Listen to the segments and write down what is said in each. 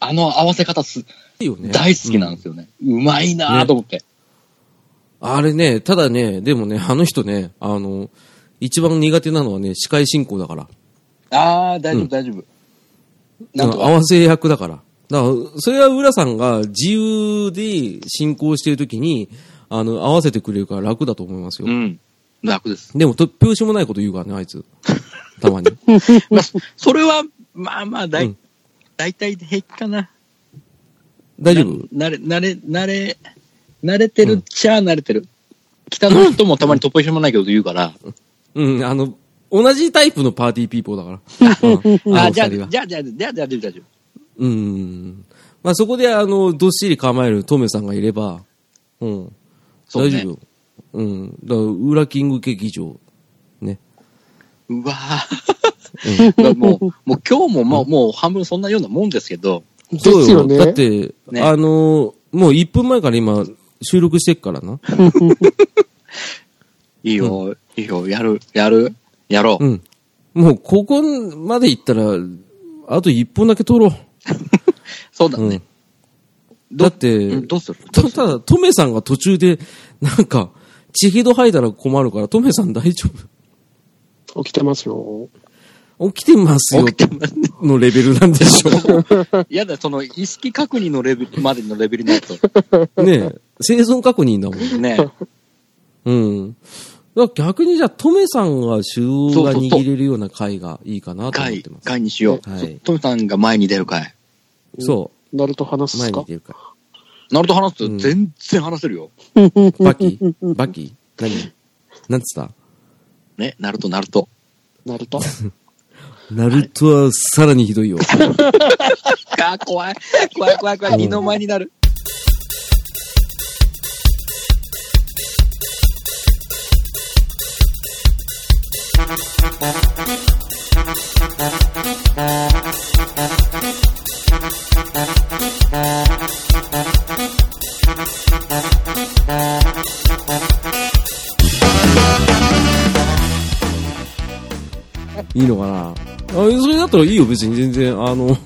あの合わせ方す、いいよね。大好きなんですよね。うまいなぁと思って。あれね、ただね、でもね、あの人ね、あの、一番苦手なのはね、司会進行だから。ああ、大丈うん夫、大丈夫。なんと合か。わせ役だから。だから、それは浦さんが自由で進行してるときに、あの、合わせてくれるから楽だと思いますよ。うん。楽 です。でも、突拍子もないこと言うからね、あ いつ。たまに。まあ、それは、まあまあ、だういん、大体平気かな。大丈夫な慣れ、慣れ、慣れ、慣れてるっちゃ慣れてる。北の人もたまに突破してもないけど言うから。うん、あの、同じタイプのパーティーピーポー だから。うんあのじゃあ、二じゃ人はあ、じゃあ、じゃあ、じゃあ、じゃあ、じゃあ、じゃうん。まあ、そこで、あの、どっしり構えるトメさんがいれば、うん。そうね大丈夫。うん。だから、ウラキング系議長。ね。うわぁ。 もう、もう今日ももう、もう半分そんなようなもんですけど、ですよねだって、ねあのーもう1分前から今、収録してっから な。いいよ、いいよ、やる、やる、やろう。うん。もう、ここまで行ったら、あと1本だけ撮ろそうだう。うねん。。だって、うんどうするたただ、トメさんが途中で、なんか、血ヘド吐いたら困るから、トメさん大丈起きてますよ。夫起きてますよ起、きてますのレベルなんでしょい やだ、その意識確認のレベルまでのレベルになる と。う。ねえ生存確認だもん。ね。うん。だから逆にじゃあ、トメさんが主導が握れるような回がいいかなと思っ回てま、す。回にしよう。はいそトムさんが前に出る回。そなると話う。すっ前すかに出るから。なると話すうんと全然話せるよ。バキバキ何なんつったね、なるとなると。なると。ナルトはさらにひどいよ。あー怖い。怖い怖い怖い。二の前になる。いいのかなあそれだったらいいよ、別に全然。あの、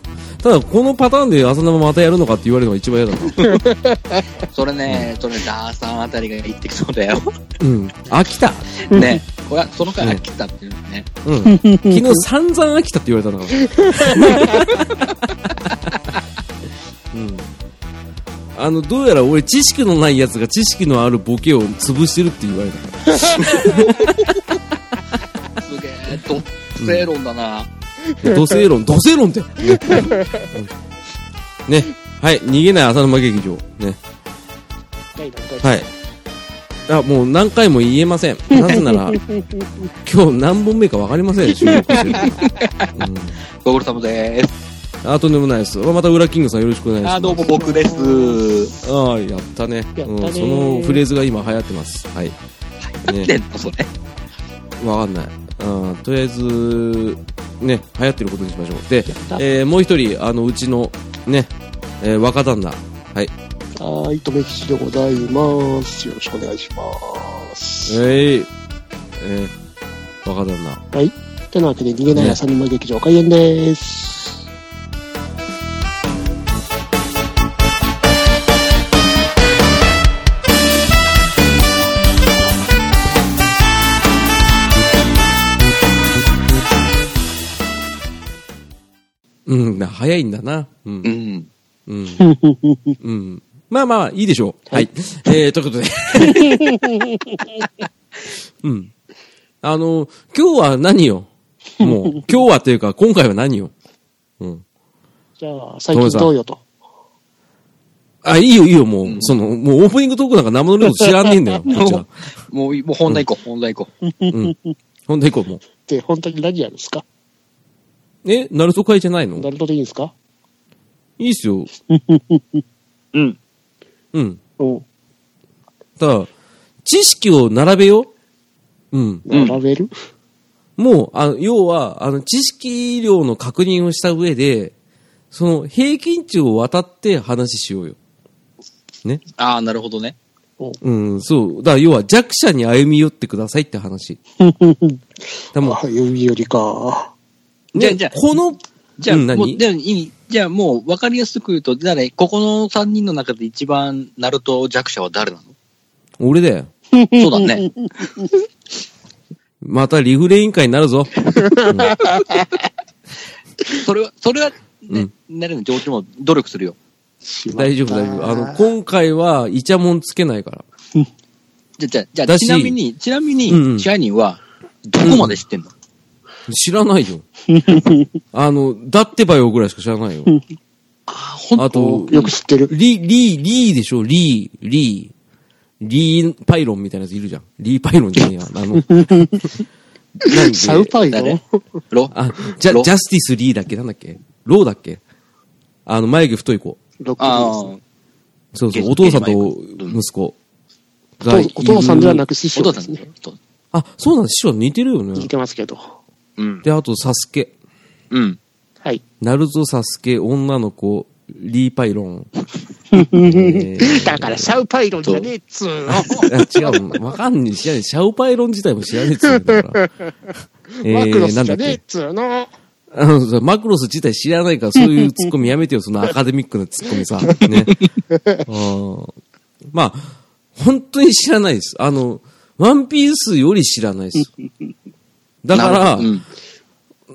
ただこのパターンで浅沼またやるのかって言われるのが一番嫌だな。それね、それねダーさんあたりが言ってきそうだよ。うん。飽きた。ね。これはその回飽きたっていうのね。うん。昨日散々飽きたって言われたんだから。うん。あの、どうやら俺知識のない奴が知識のあるボケを潰してるって言われた。すげえ、と、正論だな。土星論、土星論って。ね。うんねはい。逃げない浅沼劇場。ね。ないなはないい。あ、もう何回も言えません。なぜなら、今日何本目か分かりません。収録してる。ご苦労様でーす。うん。あ、とんでもないです。また裏キングさんよろしくお願いします。あー、どうも僕です。ああ、やったね。やったねうん。そのフレーズが今流行ってます。はい。何ね、でんのそれ。わかんない。うん、とりあえず、ね、流行ってることにしましょう。でった、えーもう一人、あの、うちの、ね、えー若旦那。はい。はい、とめきちでございます。よろしくお願いします。えい、えー、若旦那。はい。てなわけで、逃げない浅沼劇場開演です。うん、な早いんだな。うんう。ん。うん。うん。まあまあ、いいでしょう。はい。えー、ということで。 うん。あの、今日は何よもう、今日はというか、今回は何ようん。じゃあ、最近どうよと。あ、いいよいいよ、もう、んその、もうオープニングトークなんか生のルール知らねえんだよ、こっちは。もうい、もう本題行こう、本題行こう。うん。ほんで行こう、もで、本当に何やるんですかう。え、ナルト会じゃないのナルトでいいんですかいいっすよ。うん。うん。うん。ただ、知識を並べよう。うん。うん並べるもう、あの、要は、あの、知識量の確認をした上で、その、平均値を渡って話しようよ。ね。あー、なるほどね。うん、そう。だから、要は弱者に歩み寄ってくださいっ て話。でもあ、読みよりか。う、じゃあねじゃあこの、じゃあ、うんもう、何でもいい、じゃあもう分かりやすく言うと、誰、ここの3人の中で一番ナルト弱者は誰 なの俺だよ。そうだね。またリフレ委員会にな るぞ。それは、それは、ね、なるの上手も努力するよ。しまった大丈夫、大丈夫。あの、今回は、イチャモンつけないから。じゃあ、じゃあ、じゃあだしちなみに、ちなみに、うんうん支配人は、どこまで知ってんの、知らない よ。あの、だってばよぐらいしか知らないよ。あと、よく知ってる。リ、リー、リーでしょリー、リー。リーパイロンみたいなやついるじゃん。リーパイロンじゃねえや。あの、なんでサウパイの誰ロあ、ジャ、ロジャスティスリーだっけなんだっけローだっけあの、眉毛太い子。ロックあであ、そすうそゲう、お父さんとうん息子おがいる父お父さんではなく師お匠父でさんすですねよ。。そうあ、そうなんだ、師匠似てるよね似。てますけど。うん。で、あと、サスケ。うん。はい。ナルト、サスケ、女の子、リーパイロ ン。えーだからシャウパイロンじゃねえっつうの。あ違うもん、わかんねえ、知らねえ。シャウパイロン自体も知らねえっつうんだから。えマクロスなんじだゃっねえっけつうの。あのそうマクロス自体知らないから、そういうツッコミやめてよ、そのアカデミックなツッコミさ。ね。あーまあ、本当に知らないです。あの、ワンピースより知らないです。だかなるら、ほどうん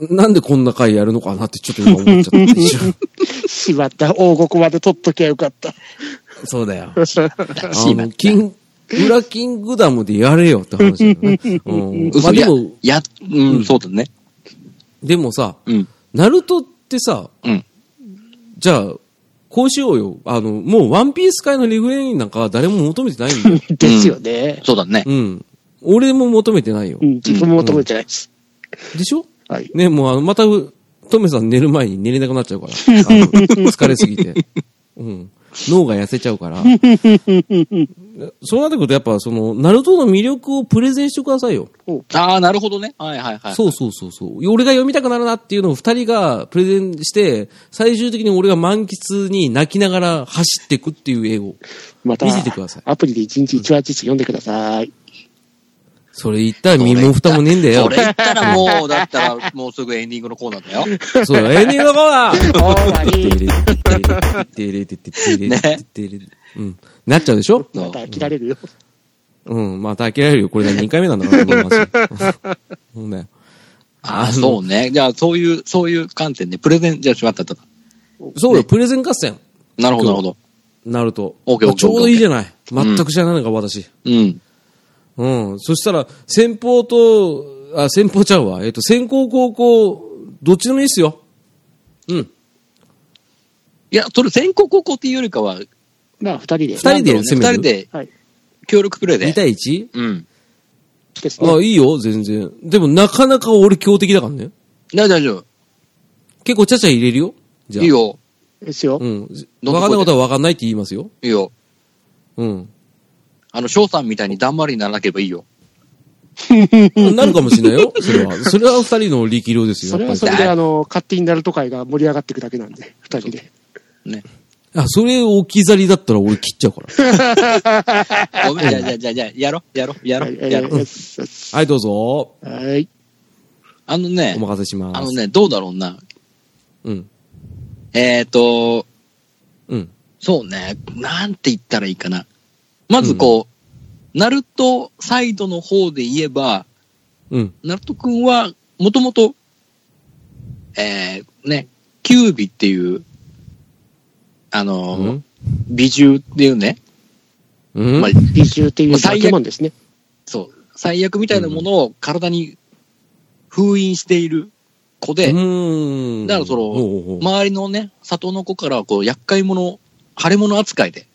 なんでこんな回やるのかなってちょっと今思っちゃった一瞬。しまった。王国まで取っときゃよかった。そうだよ。うあの、キン、裏キングダムでやれよって話だよね。うん、ま嘘あいでやも、や、うん、そうだね。でもさ、うん。ナルトってさ、うん。じゃあ、こうしようよ。あの、もうワンピース界のリフレインなんか誰も求めてないんだよ。んですよね。そうだね。うん。俺も求めてないよう。ん、自分も求めてないです。でしょはい。ね、もうあの、また、トメさん寝る前に寝れなくなっちゃうから。あの疲れすぎて。うん。脳が痩せちゃうから。そうなってくると、やっぱその、ナルトの魅力をプレゼンしてくださいよ。ああ、なるほどね。はいはいはい。そうそうそうそう。俺が読みたくなるなっていうのを二人がプレゼンして、最終的に俺が満喫に泣きながら走っていくっていう絵を。また見せてください、アプリで1日1話ずつ読んでください。それ言ったら身も蓋もねえんだ よそれ。言ったらもう、だったらもうすぐエンディングのコーナーだよ。そうだ、エンディングのコーナー終わり。うん。なっちゃうでしょそうまた飽きられるよ。うん。また飽きられるよ。これが2回目なんだから、こ の話そうだよ。ああ、そうね。じゃあ、そういう、そういう観点で、プレゼン、じゃあ、しまったった。そうよ、プレゼン合戦。なるほど、なるほど。なると。オーケーオーケーちょうどいいじゃない。全く知らないのが私。うん。うん。そしたら、先方と、あ、先方ちゃうわ。えっと、先行高校、どっちでもいいっすよ。うん。いや、それ、全国高校っていうよりかは、まあ、2人で。二人でなんだろうね攻める二人で、はい。協力プレイ2で。対 1? うん。ですねあ、。いいよ、全然。でも、なかなか俺強敵だからね。大丈夫大丈結構ちゃちゃ入れるよ。じ夫。ゃあ。いい。よ。ですよう。ん。どんわな声でかんないことはわかんないって言いますよ。いいよ。うん。あの、翔さんみたいにだんまりにならなければいいよ。なるかもしれない よ。それは。それは二人の力量ですよ。それやはっそぱりれで、あの、勝手になると会が盛り上がっていくだけなんで、2人で。ね。あ、それ置き去りだったら俺切っちゃうから。ごめん、じゃあ、じゃあ、じゃあ、じゃあやろ、やろ、やろ、はい。えやろ。ーはい、どうぞ。はい。あのねお、任せします。あの。ね、どうだろうな。うん。えっと、うん。そうね、なんて言ったらいいかな。まずこう、ナルトサイドの方で言えば、うん。ナルト君は、もともと、えー、ね、キュービっていう、あうの、ん。美獣っていうね、うんまあ、美獣っていう化け物ですね。そう、最悪みたいなものを体に封印している子で、うん。だからそのほうほうほう周りのね、里の子からはこう、厄介者、腫れ物扱いで、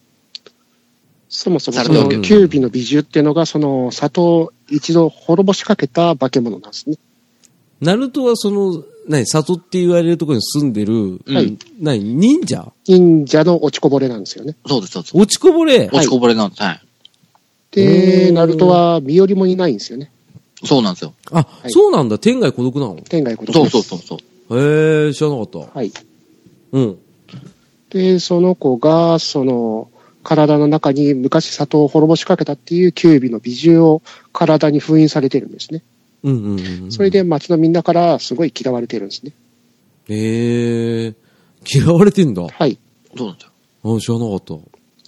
そもそもさそれたわのけよキュービの美獣っていうのが、その里を一度滅ぼしかけた化け物なんですね。ナルトはその、何、里って言われるところに住んでる、うんはい何、忍者忍者の落ちこぼれなんですよね。そうです、そうです。落ちこぼれ。落ちこぼれなんです。はい。うーで、んナルトは身寄りもいないんですよね。そうなんですよ。あ、いそうなんだ。天外孤独なの。天外孤独そうですそうそうそう。へえ、知らなかった。はい。うん。で、その子が、その、体の中に昔里を滅ぼしかけたっていうキュービの美獣を体に封印されてるんですね。うんうんうんうん。それで町のみんなからすごい嫌われてるんですね。へえ。嫌われてんだ。はい。そうなんだよ。うん、知らなかった。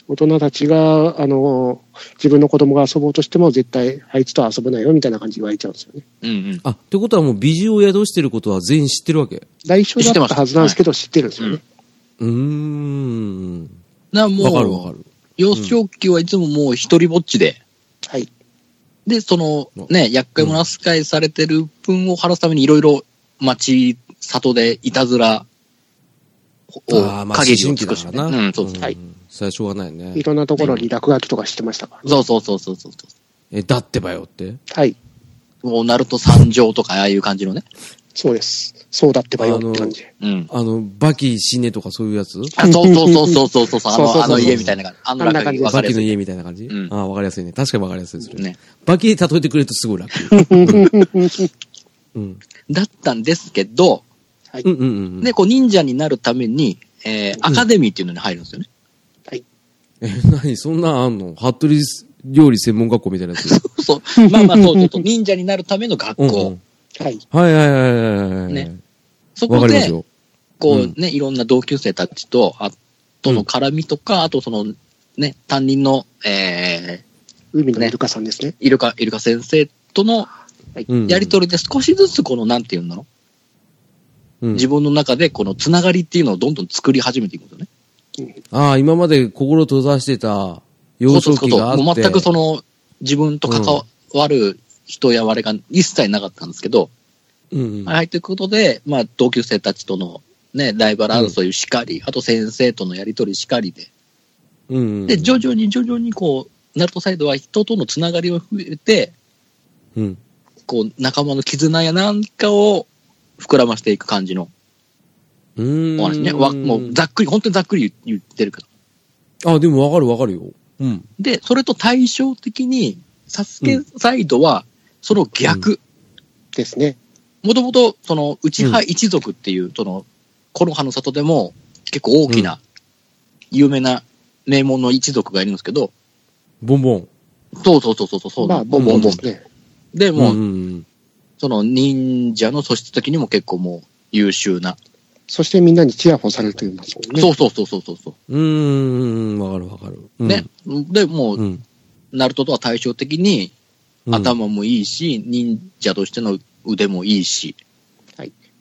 大人たちが、あの、自分の子供が遊ぼうとしても、絶対、あいつとは遊ぶなよ、みたいな感じで言われちゃうんですよね。うんうん。あ、ってことはもう美人を宿してることは全員知ってるわけ。来週だったはずなんですけど、知ってるんですよね。うーん。な、もう、わかるわかる。幼少期はいつももう一人ぼっちで、はい。で、そのうん、ね、厄介者扱いされてる分を晴らすためにいろいろ町、里でいたずらを、ああ、まあ、陰思りを尽春期だくしかてらね。な。うん、そうそううんはい。それはしょうがないよねい。ろんなところに落書きとかしてましたから。そうそうそうそうそうそえ、だってばよって。はい。う。もう、ナルト三条とか、ああいう感じのね。そうです。そうだってばよって感じ。うん。 あの、バキ死ねとかそういうやつあそうそうそうそうそうそう、あそうそうそうそうの、あの家みたいな感じ。あの中に分かバれキてのる。家みたいな感じ、うんああ、わかりやすいね。確かにわかりやすいですね。ね。バキで例えてくれるとすごい楽。うん。だったんですけど、うんうんうん。で、こう、忍者になるために、えー、アカデミーっていうのに入るんですよね。え、何そんなんあんの服部料理専門学校みたいなやつ。 そう。まあまあ、そうそうそう。忍者になるための学うん、う校。ん。はい。はいはいはいはいはいはい。ねそわこかりま、ですよ。こうんうね、いろんな同級生たちと、あとの絡みとか、あとその、ね、担任の、えー、海のイルカさんですね。イルカ、イルカ先生とのうんやりとりで少しずつこの、なんていうんだろうんう。自分の中でこのつながりっていうのをどんどん作り始めていくんですよね。ああ、今まで心閉ざしてた幼少期があって。もう全くその、自分と関わる人や我が一切なかったんですけど、うんうん。はい、ということで、まあ、同級生たちとの、ね、ライバル争いしかり、あと先生とのやり取りしかりで、うんうん。で、徐々に徐々にこう、ナルトサイドは人とのつながりを増えて、うん。こう、仲間の絆やなんかを膨らましていく感じのうーん。お話ね。わもう、ざっくり、本当にざっくり言ってるけど。あ、でもわかるわかるよ。うん。で、それと対照的に、サスケサイドは、その逆。ですね。もともと、その、内派一族っていう、その、コロハの里でも、結構大きな、有名な名門の一族がいるんですけど、ボンボン。そうそうそうそうそう、まあ、ボンボンですね。で、もう、んんその、忍者の素質的にも結構もう、優秀な。そしてみんなにチヤホンされるというもんですもんね。そうそうそうそうそうそうん。うーん。わかるわかる。うう。んね。。で、もうう、ん。ナルトとは対照的に、うん。頭もいいし、忍者としての腕もいいし、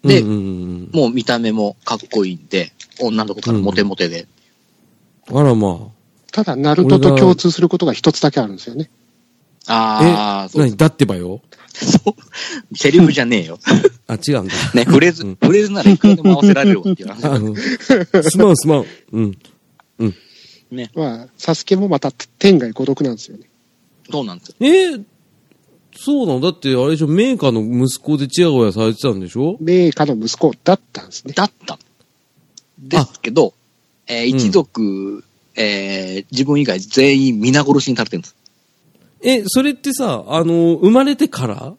でうんうんうんもう見た目もかっこいいんで、女の子からモテモテで。うん。あらまただ、ナルトと共通することが一つだけあるんですよね。ああ。あ、え、そう何だってばよ。そう。セリフじゃねえよ。あ、違うんだ。ね、フレーズ、うんフレーズならいくらでも合わせられるわっていうあ 話。の、すまんすまん。うん。まあ、サスケもまた天外孤独なんですよね。そうなんですよ。えーそうなのだって、あれでしょ、メーカーの息子でチヤホヤされてたんでしょ名家の息子だったんですね。だった。ですけど、えー一族、えー自分以外全員皆殺しにされてるんです。え、それってさ、あの、生まれてから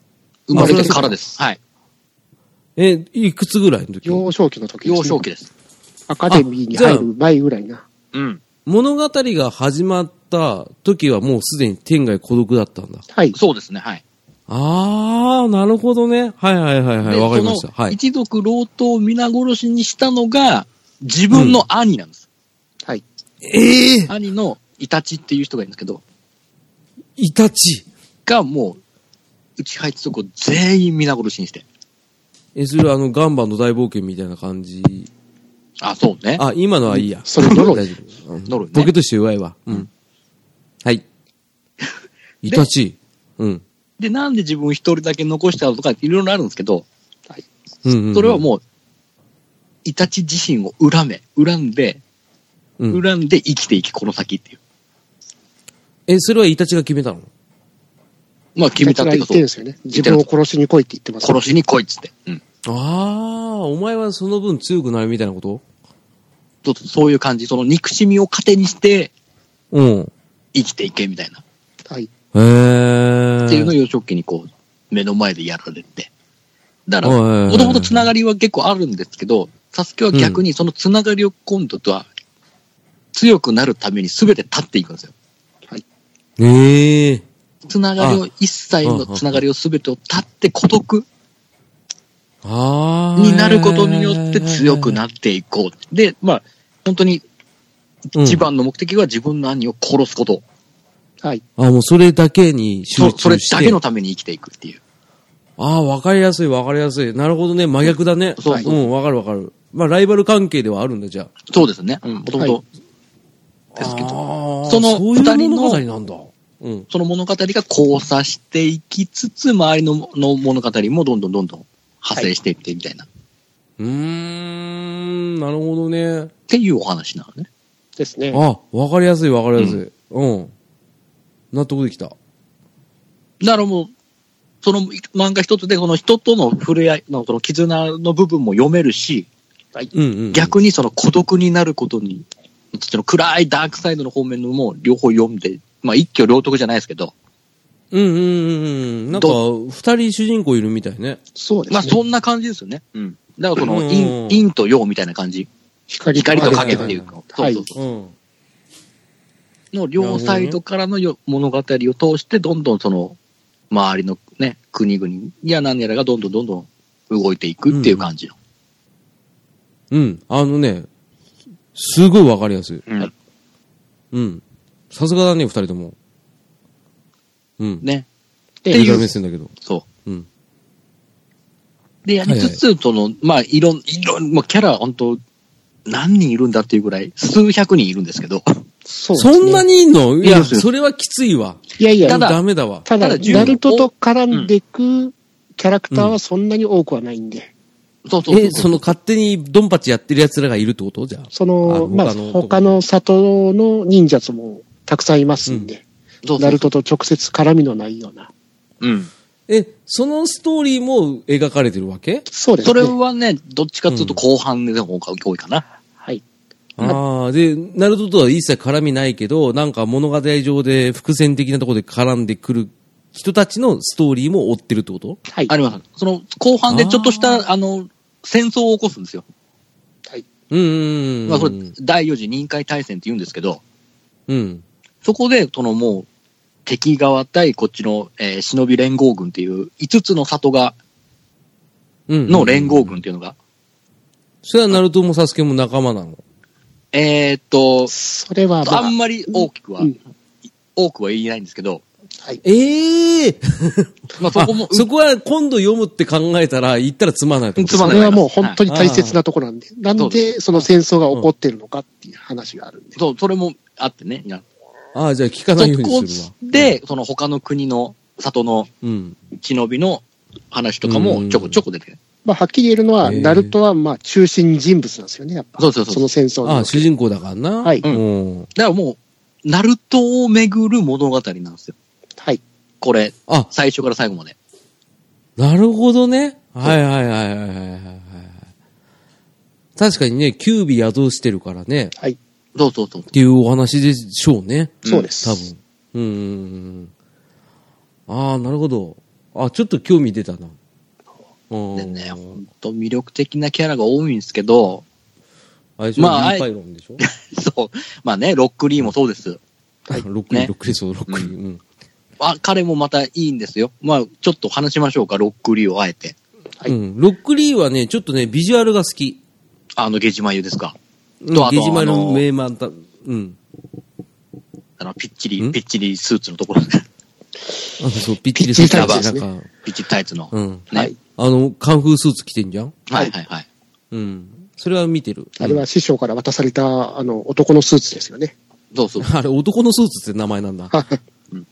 生まれてからです。はい。え、いくつぐらいの時幼少期の時です、ね。幼少期です。アカデミーに入る前ぐらいな。うん。物語が始まった時はもうすでに天外孤独だったんだ。はい。そうですね、はい。あー、なるほどね。はいはいはいはい。でわかりましそた。のはい。一族老頭を皆殺しにしたのが、自分の兄なんです。はい。ええー、兄のイタチっていう人がいるんですけど、イタチ。がもう、うち一族を全員皆殺しにして。え、それはあの、ガンバの大冒険みたいな感じ。あ、そうね。あ、今のはいいや。それドロ大丈夫。うんノロねボケとして弱いわ。うん。 はい。イタチ。うん。で、なんで自分一人だけ残したのとかいろいろあるんですけど、うんうんうんそれはもう、イタチ自身を恨め、恨んで、うん、恨んで生きていき、この先っていう。え、それはイタチが決めたのまあ、決めたっていう言か、ってるそんうですよね。自分を殺しに来いって言ってます。殺しに来いっつって。うん。ああ、お前はその分強くなるみたいなことそうそういう感じ、その憎しみを糧にしてうん。生きていけみたいな。はい。へえ。っていうのを幼少期にこう、目の前でやられて。だかはいはいら、はいもともとつながりは結構あるんですけど、サスケは逆にそのつながりを今度とは、強くなるために全て立っていくんですよ。ええつながりを、一切のつながりを全てを立って孤独。あーになることによって強くなっていこう。で、まあ、本当に一、番の目的は自分の兄を殺すこと。はい。うんあ、もうそれだけに集中そして。それだけのために生きていくっていう。ああ、わかりやすい、わかりやすい。なるほどね、真逆だね。そうそううん、わかるわかる。まあ、ライバル関係ではあるんだ、じゃあ。そうですね。うん、もともはと。ですけどどそのそういう物語二なんだ。うん。その物語が交差していきつつ、周りのの物語もどんどんどんどん派生していってみたいな。うーん、なるほどね。っていうお話なのね。ですね。あ、わかりやすい、わかりやすい。うん。納得できた。だからもう、その漫画一つで、この人との触れ合いの、その絆の部分も読めるし、うんうん。逆にその孤独になることに、その暗いダークサイドの方面のも両方読んで、まあ一挙両得じゃないですけど、うんうんうんうん。なんか、二人主人公いるみたいね。そうですね。まあそんな感じですよね。うん。だからそのうん陰、陰と陽みたいな感じ。光光と影っはていいはうか、はいそうそうそうん。う。の両サイドからのよ物語を通して、どんどんその、周りのね、国々や何やらがどんどんどんどん動いていくっていう感じの。うん。あのね、すごいわかりやすい。うんうん。さすがだね、二人とも。うん。ね。でって上いからう目、線だけど。そう。うん。で、やりつつ、その、まあ、いろん、いろん、もうキャラ、本当何人いるんだっていうぐらい、数百人いるんですけど、そうですそねんなにいんのいいや、ですよそれはきついわ。いやいやた、だダメだわ。ただ、ただナルトと絡んでいくキャラクターはそんなに多くはないんで、そうそうそうえ、その勝手にドンパチやってる奴らがいるってことじゃあ。その、あま他あ、の他の里の忍者ともたくさんいますんで、そうそうナルトと直接絡みのないような。うん。え、そのストーリーも描かれてるわけそうですそね。れはね、どっちかっていうと後半で方が多いかな。はい。ああ、で、ナルトとは一切絡みないけど、なんか物語上で伏線的なところで絡んでくる人たちのストーリーも追ってるってことはい。あります。その、後半でちょっとした、あの、戦争を起こすんですよ。はい。うんうんうん。まあ、これ、第4次任海大戦って言うんですけど、うん。そこで、そのもう、敵側対こっちの、えー忍び連合軍っていう、5つの里が、うん。の連合軍っていうのが、それはナルトもサスケも仲間なの。えーっと、それは、まあんまり大きくは、うん多くは言えないんですけど、はい。ええまあ、そ あこも、そこは今度読むって考えたら、言ったらつまんないってことつまんそないれはもう本当に大切なところなんで、なそんうででその戦争が起こってるのかっていう話があるんで。そう、それもあってね。ああ、じゃあ聞かそないようにするわこ。で、その他の国の里のうん。忍びの話とかもちょこちょこ出てくる。まあ、はっきり言えるのは、へーナルトはまあ中心人物なんですよね、やっぱ。そうそうそうの戦争ああ、の。主人公だからな。はいうん。だからもう、ナルトを巡る物語なんですよ。はい。これ、あ、最初から最後まで。なるほどね。はいはいはいはいはいはいはい。確かにね、キュービ宿してるからね。はい。そうそうそう。っていうお話でしょうね。そうです。多分。うんうんうん。ああ、なるほど。あ、ちょっと興味出たな。うん。でね、ほんと魅力的なキャラが多いんですけど、あれでしょ、まああリいンパイロンでしょそう。まあね、ロックリーもそうです。はいロックリねー、ロックリー、そう、ロックリー。うん。あ、彼もまたいいんですよ。まあ、ちょっと話しましょうか、ロックリーをあえて。はいうん。ロックリーはね、ちょっとね、ビジュアルが好き。あの、ゲジマユですか。うんとあとゲジマルあの名満た、うん。あの、ぴっちんり、ぴっちりスーツのところ、 あの、そう、ピッチリピッチリスターイツでツですなんか、ぴっちりタイツの。うん。ね、はいあの、カンフースーツ着てんじゃんはいはいはい。うん。それは見てる。あれは師匠から渡された、あの、男のスーツですよね。 そうそう うん。あれ、男のスーツって名前なんだ。あ、いで、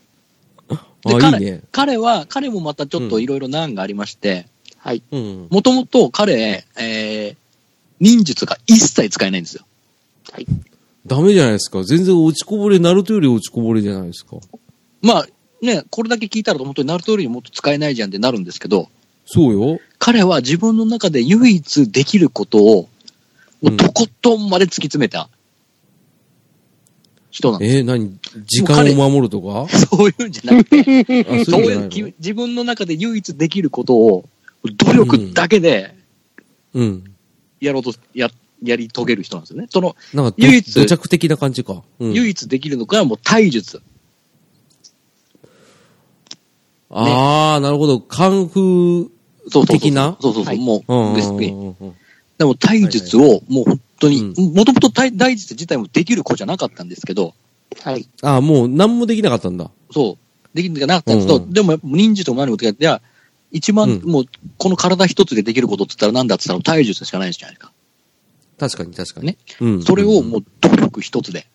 彼いね。彼は、彼もまたちょっといろいろ難がありまして、はい。うん。もともと彼、えー、忍術が一切使えないんですよ。はい。ダメじゃないですか。全然落ちこぼれ、ナルトより落ちこぼれじゃないですか。まあ、ね、これだけ聞いたら本当にナルトよりもっと使えないじゃんってなるんですけど、そうよ。彼は自分の中で唯一できることを、もうんうとことんまで突き詰めた人なんです。えー、何時間を守るとかそういうんじゃなくて、 あそうじゃいうないのき自分の中で唯一できることを、努力だけでうん。やろうと、や、やり遂げる人なんですよね。その、なんかど、唯一土着的な感じか。うん。唯一できるのがもう体術。ああ、なるほど。カンフーそうそうそう。的なそうそうそう。はいもうんう、ですうね。んうんでも、体術を、もう本当にう、もともと体体術自体もできる子じゃなかったんですけど、はい。ああ、もう何もできなかったんだ。そう、できるんなかったんですけうど、んうんでもやっぱ忍術とも何もとかやって、いや一番、うんもう、この体一つでできることって言ったらなんだって言ったら体術しかないじゃないですか。確かに確かに。ねうん。それをもうう、努力一つで。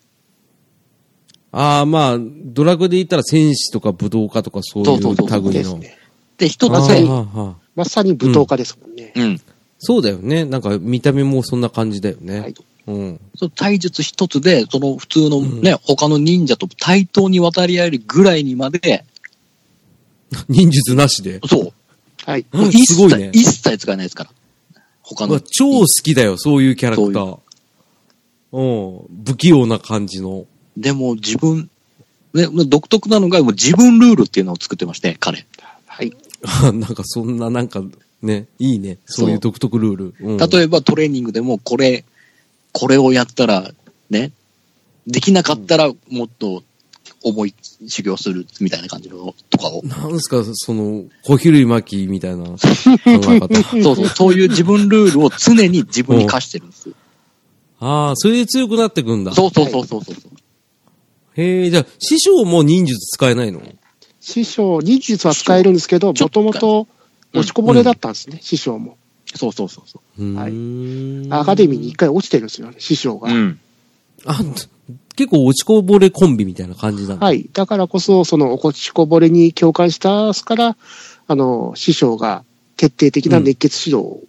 ああ、まあ、ドラクエで言ったら戦士とか武道家とかそういう類そうそうそうの。ですね。で、一あつーで、はーはーまさに武闘家ですもんね。うん。そうだよね。なんか見た目もそんな感じだよね。はいうん。 その体術一つで、その普通のうんね、他の忍者と対等に渡り合えるぐらいにまで、忍術なしで。そう、はい。うん一す切ごいね一切使えないですから。他うわの。超好きだよ、そういうキャラクタそー。うん。不器用な感じの。 でも自分、ね、独特なのが、もう自分ルールっていうのを作ってまして、彼。はい。あなんかそんな、なんか、ね、いいね。そういう独特ルール。うん、例えばトレーニングでもこれ、これをやったら、ね、できなかったらもっと重い修行するみたいな感じのとかを。なんすか、その、小比類巻きみたいな考え方。 そうそう、そういう自分ルールを常に自分に課してるんですよ。ああ、それで強くなってくんだ。そうそうそうそうそう。へえ、じゃあ、師匠も忍術使えないの師匠、忍術は使えるんですけど、もちょっとともと落ちこぼれだったんですね、師匠も。そうそうそうそうーんアカデミーに一回落ちてるんですよね、師匠う。が。うん。あ、結構落ちこぼれコンビみたいな感じなんだ。はい。だからこそ、その落ちこぼれに共感したから、あの、師匠が徹底的な熱血指導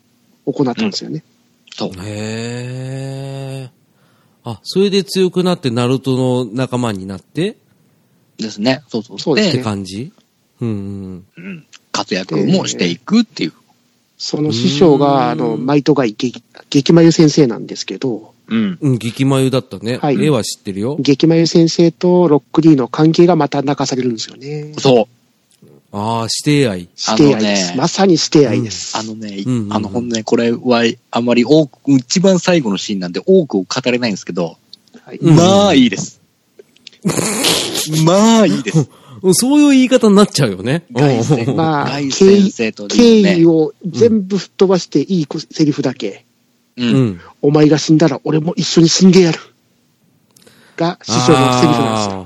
を行ったんですよね。そう。へえ。あ、それで強くなって、ナルトの仲間になって、っですね。そうそうそうですてね感じうんうん。うん活躍もしていくっていう。その師匠が、あうーんの、マイトガイ激、激眉先生なんですけど、うん。うん、激眉だったね。はい絵は知ってるよ。激眉先生とロックリーの関係がまた泣かされるんですよね。そう。ああ、指定愛。師弟愛であのす。ねまさに師弟愛です。あのね、うんうんうんあの本ね、これはあまり多く、一番最後のシーンなんで多くを語れないんですけど、はいうんまあいい です。まあいいです。うんそういう言い方になっちゃうよね。ガイ先生、うんまあガイ先生とです敬意ね。を全部吹っ飛ばしていいこセリフだけ、う。うんん。お前が死んだら俺も一緒に死んでやる。が、師匠のセリフなんですよ。あー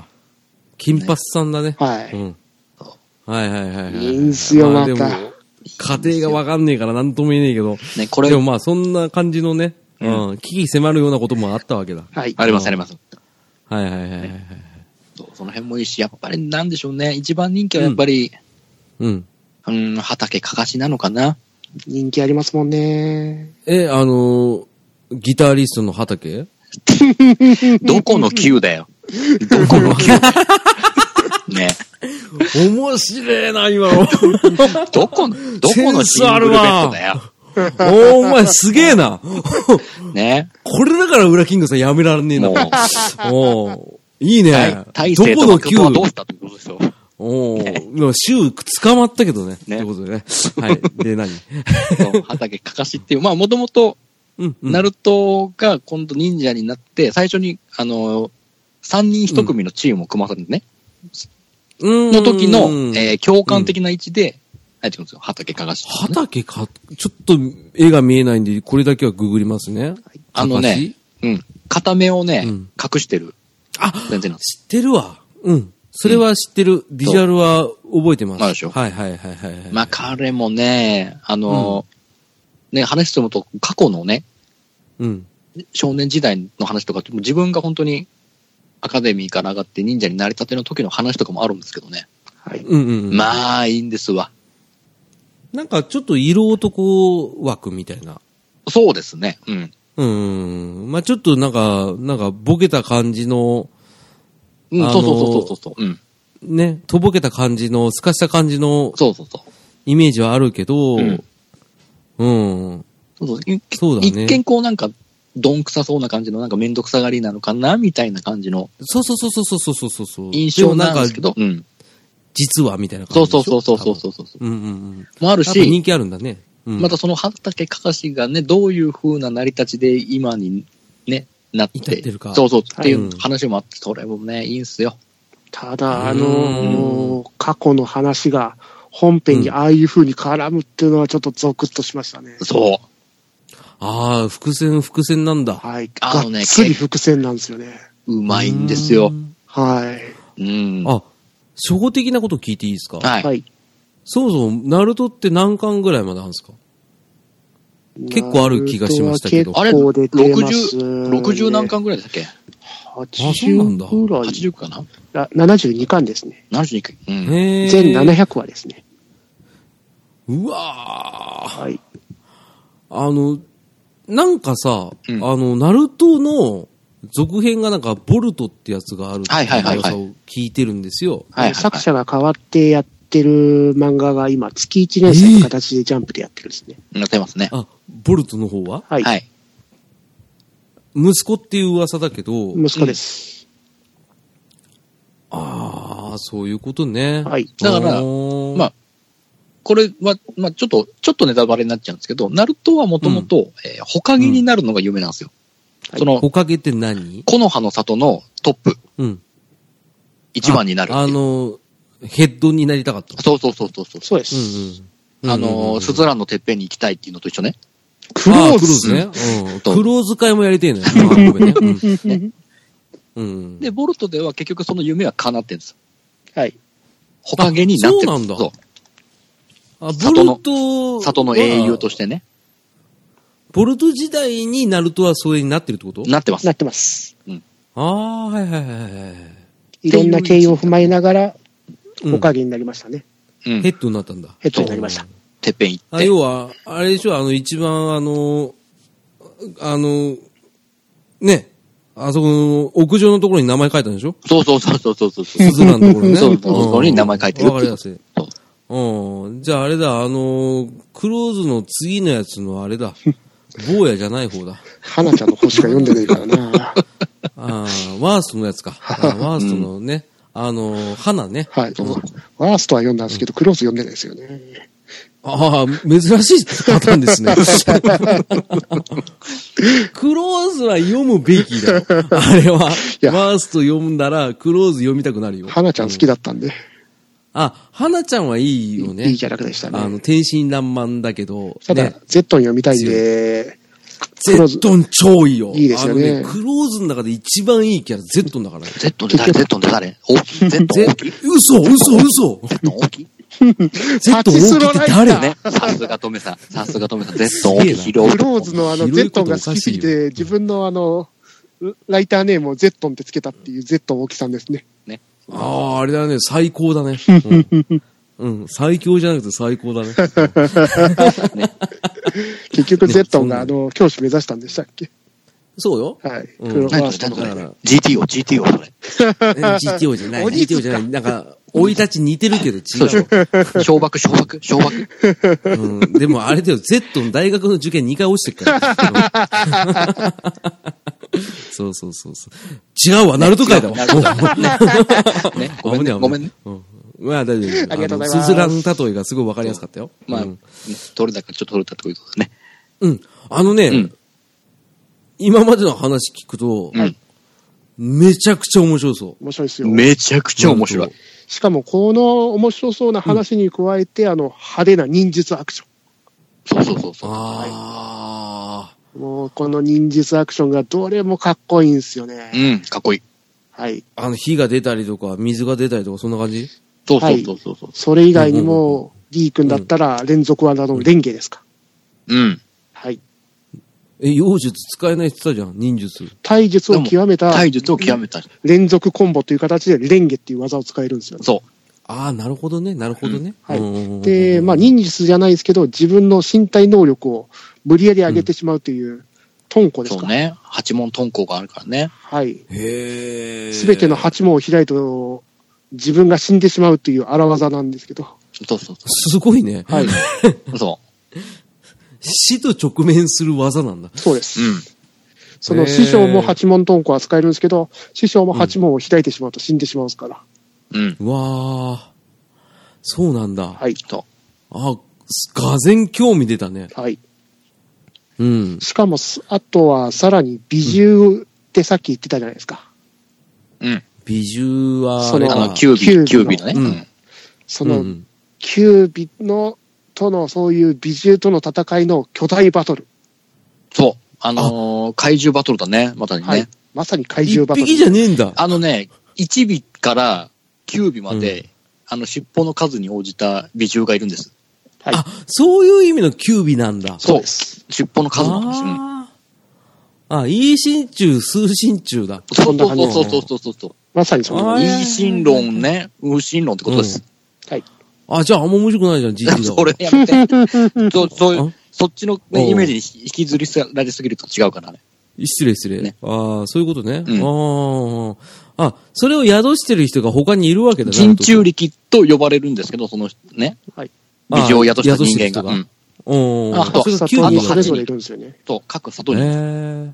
金髪さんだね。はうい。ん。はいはいはいはい。いいんすよあでもまた家庭がわかんねえからなんとも言えねえけど。ね、これで、もまあそんな感じのね、ううんん、危機迫るようなこともあったわけだ。はい。ありますあります。はいはいはいはいはい。そうその辺もいいし、やっぱりなんでしょうね。一番人気はやっぱり、うん。うん、畑かかしなのかな。人気ありますもんね。え、あのーギタリストの畑どこの球だよ。どこの球 だよ。ね。面白えな、今の。どこの、どこのシングルベッドだよ。おお前すげえな。ね。 これだから裏キングさんやめられねえな。もうおーいいね。大ど勢ことの誠球はどうしたってこと ですよ。おお、でも週捕まったけどね。ねってことでね。はい。で、何そう畑かかしっていう、まあもともと、うん、うん。ナルトが今度忍者になって、最初に、あの、3人1組のチームを組まされるね、のの時の、えー共感的な位置で、入ってくるんですよ。畑かがし、畑か、ちょっと絵が見えないんで、これだけはググりますね。あのね、うん。片目をね、うん隠してるあ、全然なんです。知ってるわ。うん。それは知ってる。ビジュアルは覚えてます。そうでしょはいはいはいはいはい。まあ彼もね、あの、ね、話してもと、過去のね、うん。少年時代の話とかって、もう自分が本当に、アカデミーから上がって忍者になりたての時の話とかもあるんですけどね。はい。うんうんうん。まあ、いいんですわ。なんかちょっと色男枠みたいな。そうですね。うん。うんうん。まあちょっとなんか、なんかボケた感じの、うん、あのーそうそうそうそうそう。うん。ね、とぼけた感じの、すかした感じのそうそうそう。イメージはあるけど、ううんん。そうそういそうだね一見こうなんか、どんくさそうな感じの、なんかめんどくさがりなのかな、みたいな感じのそうそうそうそうそうそうそうそう。印象なんですけどもな、んかうん。実はみたいなそ感うじでしそょうそうそうそう多そうそう。分うんうんうん。もあるやっぱ人し、気あるんだね。うんまたその畑かかしがね、どういう風な成り立ちで今にね、なっ、至っててるかそうそうっていはいう話もあって、それもね、いいんすよ。ただ、あうーんの、もう過去の話が本編にああいう風に絡むっていうのはちょっとゾクッとしましたね。そう。ああ、伏線、伏線なんだ。はい。あがのねっつり伏線なんですよね。うまいんですよう。んはい。うん。あ、初歩的なこと聞いていいですかはい。はい。そもそも、ナルトって何巻ぐらいまであるんですか結構ある気がしましたけどあれ、ナルトは結構出てますね60、60何巻ぐらいでしたっけそうなんだ80ぐらい。 ?80 かなあ72巻ですね。 ?72 巻。うん。へえ。全700話ですね。うわーはい。あの、なんかさ、うんあの、ナルトの続編がなんか、ボルトってやつがあるってはいはいはいはい噂を聞いてるんですよ。はいはい、はい。作者が変わってやってる漫画が今、月1年生の形でジャンプでやってるんですね。なってますね。あ、ボルトの方ははい。はい。息子っていう噂だけど、息子です。ああ、そういうことね。はい。だからまあこれは、まあちょっと、ちょっとネタバレになっちゃうんですけど、ナルトはもともと、えー、ほかげになるのが有名なんですよ。はいその、おかげって何木の葉の里のトップ、うん。一番になるってあいう。の、ヘッドになりたかった。そうそうそうそうそう。そうです。うんうん。あの、すずらんのてっぺんに行きたいっていうのと一緒ね。ククロローーズズね。うん。とクローズ会もやり てえね。あごめんねねうんうん。で、ボルトでは結局その夢は叶ってるんですよ。はい。ほかげになってるあそうなんだそあ、里のボルト、う。里の英雄としてね、ボルト時代にナルトはそれになってるってことなってます。なってます。ああ、はいはいはいはい。いろんな経緯を踏まえながら、うんおかげになりましたね。うんヘ。ッドになったんだ。ヘッドになりました。てっぺん行っあて。要は、あれでしょ、あの、一番、あの、あの、ね、あそこの屋上のところに名前書いたんでしょそうそうそうそうそうそう。鈴蘭のところにね。そうそうそこに名前書いてるわかりやすいそう。うん。じゃああれだ、あのー、クローズの次のやつのあれだ。坊やじゃない方 だ。花ちゃんの本しか読んでないからな。あーワーストのやつか。あーワーストのね、あのー、花ね。はい。ワーストは読んだんですけど、クローズ読んでないですよね。ああ、珍しいパターンですね。 クローズは読むべきだよ。あれは。やワースト読んだら、クローズ読みたくなるよ。花ちゃん好きだったんで、あ、花ちゃんはいいよね。いいキャラクターでしたあの、ね。天真爛漫だけど、ただね、、ゼットン読みたいんで、ゼットン超いいよ。いいですよねあのクローズの中で一番いいキャラ、ゼットンだからね。 Z で誰 ?Z で誰大きい ?Z ゼ大きい嘘、嘘、嘘。 ?Z 大きいゼットン大きくて誰ね。さすがとめさん。さすがとめさん。Z 大きい。すげ広いクローズのあの、ゼットンが好きすぎて、自分のあの、ライターネームをゼットンってつけたっていうゼットン大木さんですね。ああ、あれだね、最高だね。うんうん、最強じゃなくて最高だね。結局ゼットンがねあの、教師目指したんでしたっけそうよ。はい。クうんロワ何ーそスれト何のそれだから ?GTO、GTO それ。 GTO じゃない。お兄 GTO 貴じかゃない。なんか、生い立ち似てるけどそうでし違ょ う。。小爆、小爆、小爆。うん、でもあれだよ、Z の大学の受験2回落ちてるから。 そうそうそうそう。違うわ、ナルト界だわ。ね。ごめんね。ごめんね。。危い危いうんまあ大丈夫。ありがとうございますすずらん例えがすごいわかりやすかったよ。まあうん、取れたかちょっと取れたってことだね。うん。あのね、うん今までの話聞くと、はいめちゃくちゃ面白そ面白いですよ。めちゃくちゃ面白い。しかも、この面白そうな話に加えて、あの、派手な忍術アクショそうそうそうう。そう。ああ、ン。もう、この忍術アクションがどれもかっこいいんですよね。うん、かっこいい。はい。あの、火が出たりとか、水が出たりとか、そんな感じそうそうそうそうそう。それ以外にも、D 君だったら、連続技のレンゲですか。うん。はい。え、妖術使えないって言ってたじゃん、忍術。体術を極めた、体術を極めた。連続コンボという形で、レンゲっていう技を使えるんですよね。そああ、なるほどね、なるほどね。はいうんうんうんうんで、まあ、忍術じゃないですけど、自分の身体能力を無理やり上げてしまうという、トンコう。ですそうか。ね。八門遁甲があるからね。はい。へえ。すべての八門を開いと、自分が死んでしまうという荒技なんですけど。そうそうそすごいね。はい。う。そ死と直面する技なんだ。そうです。う。うん。そへーの師匠も八門遁甲は使えるんですけど、師匠も八門を開いてしまうと死んでしまうんですから。うん。うわあ、そうなんだ。はい。そあ、がぜん興味出たね。はい。うん。しかもす、あとはさらに美獣ってさっき言ってたじゃないですか。う。うん。美獣は、そのああれの、かキュービー、キキュューービビーーののね。うんうんそうの、んキュービの、との、そういう美獣との戦いの巨大バトル。そう。あのー怪獣バトルだね、まさにね。はい。まさに怪一獣バトル。匹じゃねえんだ。あのね、1尾から9尾まで、あの、尻尾の数に応じた美獣がいるんです。はいあ、そういう意味のキュービなんだ。そうです。尻尾の数なんです。うんあーあ、いい心中、数心中だ。そうこんな感じそうそうそうそうそう。まさにそあの、ーいい心論ね、無心論ってことです。はい。あ、じゃああんま面白くないじゃん、じじ それやめて。そう、そういうあ、そっちのうねんイメージに引きずりられすぎると違うからね。失礼失礼。ねああ、そういうことね。うんああ。あ、それを宿してる人が他にいるわけだな。人中力と呼ばれるんですけど、そのね、美女を宿した人間が。あうーんおーあとそれが里キュあービにとだそれぞれいるんですよね。そう、各里に。へー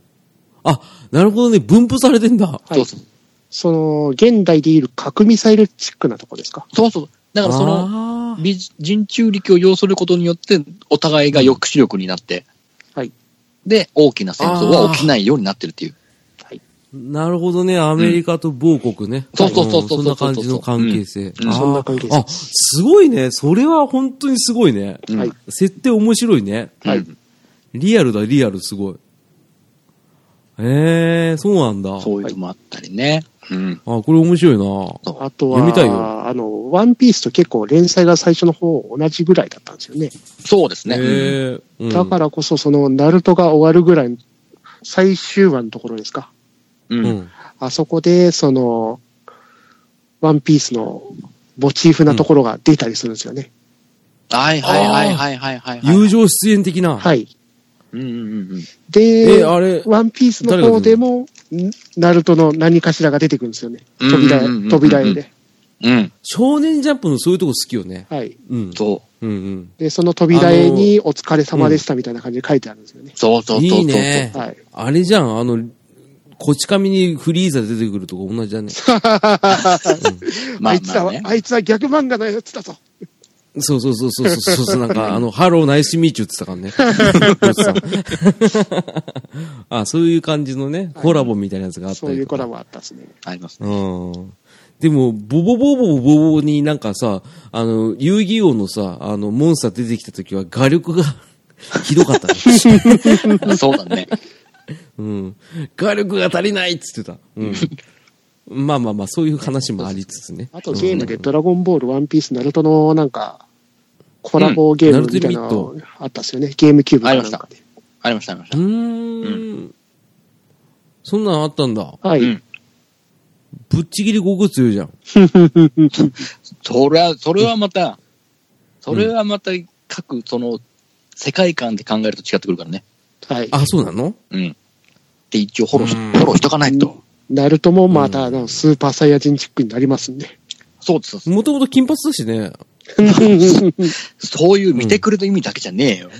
あ、なるほどね。分布されてんだ。はいそう。そうその、現代でいる核ミサイルチックなとこですか。そうそう。だからその、の、美人中力を要することによって、お互いが抑止力になって、はい。で、大きな戦争は起きないようになってるっていう。はい。なるほどね。アメリカと某国ね。そうそうそうそううんそんな感じの関係性。うんうんあーそんな関係性あ、すごいね。それは本当にすごいね。うんはい。設定面白いね。はいうんリアルだ、リアル、すごい。ええー、そうなんだ。そういうのもあったりね。うん。あ、これ面白いな。あと読みたいよは、あの、ワンピースと結構連載が最初の方同じぐらいだったんですよね。そうですね。うんええ、だかららこそ、その、ナルトが終わるぐらい、最終話のところですか。う。うんん。あそこで、その、ワンピースのモチーフなところが出たりするんですよね。はいはいはいはいはいはいはい。友情出演的な。はい。うんうんうん。で、えーあれ、ワンピースの方でも、んナルトの何かしらが出てくるんですよね。うんう扉んうんうんうへ、ん扉へで。うん。少年ジャンプのそういうとこ好きよね。はい。うん。そう。うんうん。で、その扉絵にお疲れ様でしたみたいな感じで書いてあるんですよね。そうそうそうそう。いいね。はい。あれじゃん、あの、こち亀にフリーザ出てくるとこ同じだね。まああいつらまあは、ね。あいつは逆漫画のやつだと。そうそうそうそうそうそう、なんか、あの、ハローナイスミーチューって言ってたからねおじさん。あ、そういう感じのね、コラボみたいなやつがあったそうりいとうコかラ。ボあったですね。ありますね。うん。でも、ボボボボボボボになんかさ、あの、遊戯王のさ、あの、モンスター出てきた時は画力がひどかったね。そうだね。うん。画力が足りないっつってた。うん。まあまあまあ、そういう話もありつつね。あとゲームでドラゴンボール、ワンピース、ナルトのなんか、コラボゲームみたいなうのんあったっすよね。ゲームキューブかなんかで。ありました、ありましうた。ーん。そんなんあったんだ。はい。うん。ぶっちぎり悟空強いじゃん。それは、それはまた、それはまた各、その、世界観で考えると違ってくるからね。はい。あ、そうなのうん。で、一応フォローし、うんフォローしとかないと。ナルトもまたあのスーパーサイヤ人チックになりますんで。そうです。もともと金髪だし ね。そういう見てくれの意味だけじゃねえよ。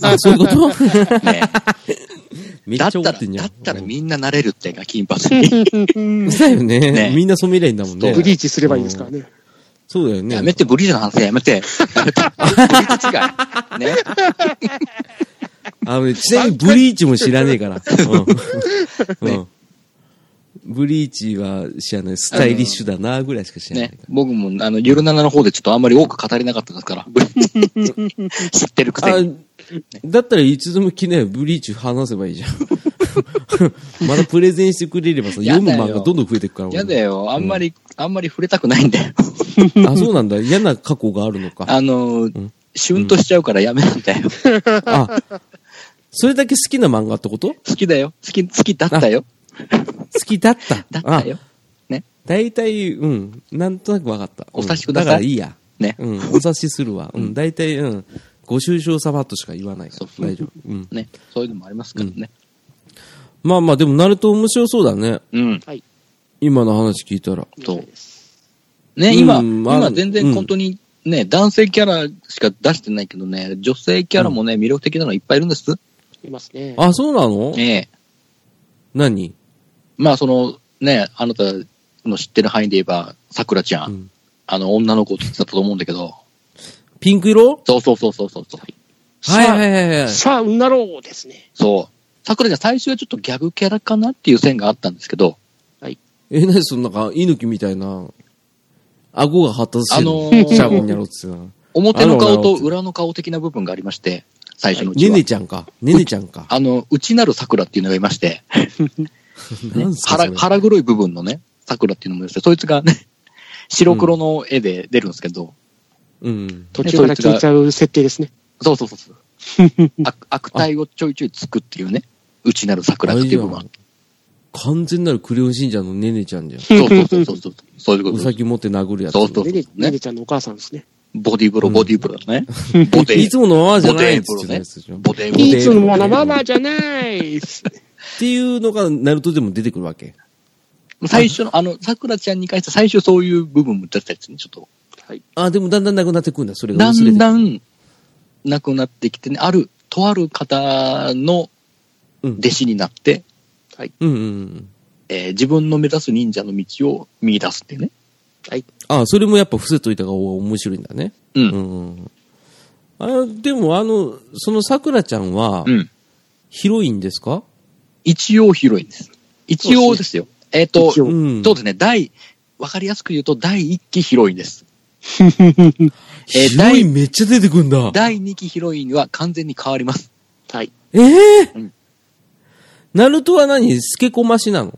あ、そういうこと ねめえっだっちたゃ怒ら、ってんじゃん。だったらみんななれるってか、金髪 に。だよねねみんな染めりゃいいんだもんね。 ブリーチすればいいですからね。そうだよね。やめて、ブリーチの話やめて。 やめて。ブリーチ違い。ね。あ のね、ちなみにブリーチも知らねえから。うん。うんブリーチは知らない。スタイリッシュだなぐらいしか知らないねか。僕も、あの、ゆるななの方でちょっとあんまり多く語れなかったですから。 ブリーチ知ってるくら。せあに。、だったらいつでも来ないブリーチ話せばいいじゃ ん。またプレゼンしてくれればさ、や読だむよ漫画どんどん増えてくから。俺やだよ。あんまり、あんまり触れたくないんだよ。あ、そうなんだ。嫌な過去があるのか。 あのー、シュンとしちゃうからやめなんだよ。あ、それだけ好きな漫画ってこと 好きだよ。好き、好きだったよ。好きだった。だったよあ。。ね。大体、うん。なんとなくわかった。お察しくうんださいからいいや。ね。うん。お察しするわ。うん。大体、うん。ご愁傷様としか言わないかそうそら。う大丈夫。うん。ね。そういうのもありますからね。まあまあ、でも、ナルト面白そうだね。うん。はい。今の話聞いたら。そう了解ですね、今、うんまあ今全う然ん本当にね、男性キャラしか出してないけどね、女性キャラもね、魅力的なのいっぱいいるんです。いますね。あ、そうなのええ。何まあ、その、ね、あなたの知ってる範囲で言えば、さくらちゃ。うんんあの、女の子って言ってたと思うんだけど。ピンク色そうそうそうそうそう。そうはいはいはいはい。さあ、うんなろうですね。そう。さくらちゃん、最初はちょっとギャグキャラかなっていう線があったんですけど、え、なにそのなんか、猪木みたいな、顎が発達してるあのーシャーゴにやろうって言って表の顔と裏の顔的な部分がありまして、最初のうちねは。ねちゃんか。ねねちゃんか。あの、内なる桜っていうのがいまして、 なんすかそ腹れ腹黒い部分のね、桜っていうのもいまして、そいつがね、 白黒の絵で出るんですけど、うん。途中から聞いちゃう設定ですね。そうそうそうそう 悪。悪態をちょいちょいつくっていうね、内なる桜っていう部分あはれ。じゃん完全なるクレヨンしんちゃんのねねちゃんじゃん。そうそうそうそうそう。そういうこうとさです。ぎ持って殴るやつ。そうそうねねねねねちゃんのお母さんですね。ボディーブロー、ボディーブローだね。ボデ いーつ、ものままじゃないっつってたやつでしょ。っボデーブロいー。いつつもものマのマママじゃない ていうのが、ナルトでも出てくるわけ。最初の、あの、桜ちゃんに関して最初そういう部分も出てたやつね、ちょっと。あ、でもだんだんなくなってくるんだ、それがだ薄れんて。だん、なくなってきてね、ある、とある方のうん弟子になって、うんうんうん。えー自分の目指す忍者の道を見出すっていうね。あ、それもやっぱ伏せといた方が面白いんだね。う。うんんうん。あでも、あの、そのさくらちゃんはう、ん。ヒロインですか一応広いんです。一応ですよ。えっ、と、一そ応うん。うですね、第、わかりやすく言うと第1期ヒロインです。えーヒロインめっちゃ出てくんだ。第2期ヒロインは完全に変わります。はい。えうえんナルトは何スケコマシなの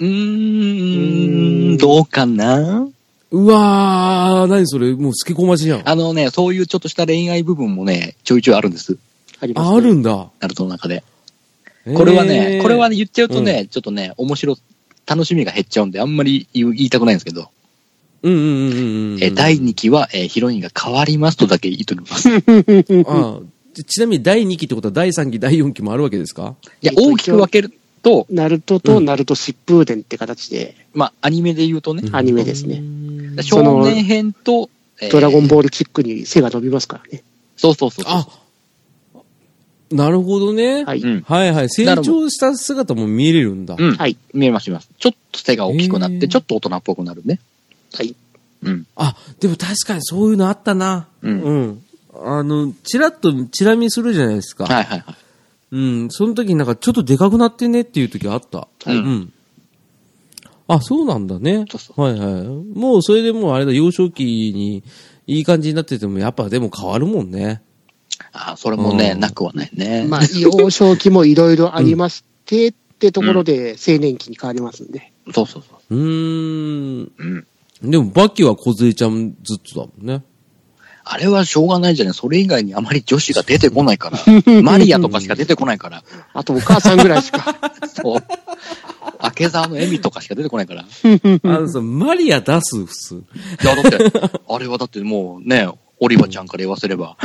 うーん、どうかなうわー、何それもうスケコマシやん。ああのね、そういうちょっとした恋愛部分もね、ちょいちょいあるんです。あります、ね。あるんだ。ナルトの中で。これはね、えーこれはね、言っちゃうとね、ちょっとね、面白、楽しみが減っちゃうんで、あんまり言う言いたくないんですけど、うんうんうんうんうん。えー第2期は、えーヒロインが変わりますとだけ言っておき ます。いあちちなみに第2期ってことは第3期、第4期もあるわけですかや、大きく分けると、 ナルトとナルト疾風伝って形で、まあ、アニメで言うとね、アニメですね。少年編と、えードラゴンボールチックに背が伸びますからね。そうそうそう。あなるほどね。はい。うん。はいはい。成長した姿も見れるんだ。うん。はい。見えます、見えます。ちょっと背が大きくなっえて、ーちょっと大人っぽくなるね。はい。うん。あ、でも確かにそういうのあったな。うんうん。あの、チラッと、チラ見するじゃないですか。はいはいはい。うん。その時になんかちょっとでかくなってねっていう時あった。うんん。あ、そうなんだね。そうそはいはい。もうそれでもうあれだ、幼少期にいい感じになってても、やっぱでも変わるもんね。ああ、それもね、うんなくはないね。まあ、幼少期もいろいろありまして、ってところで青年期に変わりますんで。 そうそうそうーん。う。うん。でもバキは小杖ちゃんずっとだもんね。あれはしょうがないじゃない。それ以外にあまり女子が出てこないから。 マリアとかしか出てこないから。あとお母さんぐらいしか。 そう。明沢の笑みとかしか出てこないから。いあのさ、マリア出す、普通。や、だって、あれはだってもうね、オリバちゃんから言わせれば、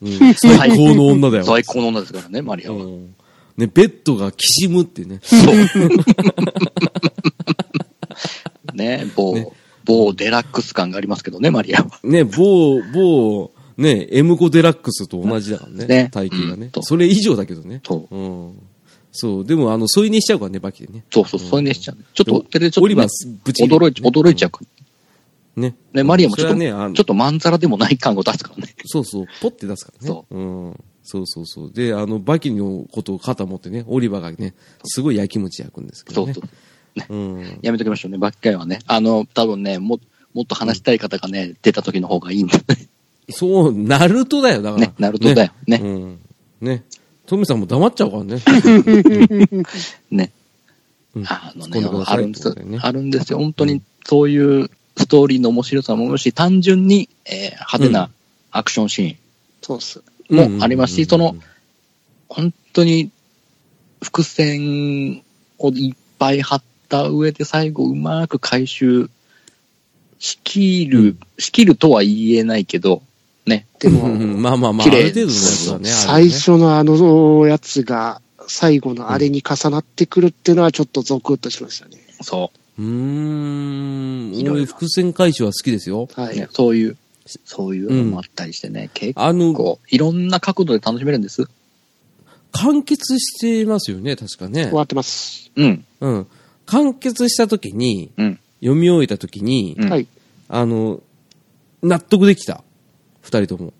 うん、最高の女だよ。最高の女ですからね、マリアは。うん。ね、ベッドがきしむってね。そう。ね、某、某デラックス感がありますけどね、マリアは。ね、某、某、ね、M コデラックスと同じだからね。ね体型がね、うんそれ以上だけどね。そう。うん。そう。でも、あの、添い寝しちゃうからね、バキでね。そうそう、それにしちゃう。ちょっでもと、それでちょっとね、オリバーぶち切れ驚いちゃう、驚いちゃうから。ね。ね、マリアもちょっそと、れはねあのちょっとまんざらでもない感を出すから ね。そうそう、ポッて出すからね。。そうん。そうそうそう。で、あの、バキのことを肩持ってね、オリバーがね、すごい焼き餅焼くんですけそうどね。そう。う。うん。やめときましょうね、バッキ会はね。あの、多分ね、も、もっと話したい方がね、出た時の方がいいんだね。 そう、ナルトだよ、だから。ね、ナルトだよ。ね、うん。ね。トミさんも黙っちゃうか らね。ね。うんあの突っ込んねでくだ、さいあるんですってことだよね、あるんですよ。本当に、そういうストーリーの面白さもあるし、単純に、えー派手なアクションシーンそうっす。もありますし、うんうんうんその、本当に、伏線をいっぱい張った上で最後うまく回収しきる、うんしきるとは言えないけど、ね。でも、うんうんまあまあまあ、あ綺麗る程度のやつはね。あれ最ね初のあのやつが、最後のあれに重なってくるっていうのはちょっとゾクッとしましたね。そうーん。いろい俺、ろ伏線回収は好きですよ。はい。ね、そういう、そういうのもあったりしてね、結あの、構、いろんな角度で楽しめるんです。完結してますよね、確かね終。わってます。うん、うん。完結した時に、うん、読み終えた時に、うん。はい。あの、納得できた。二人とも。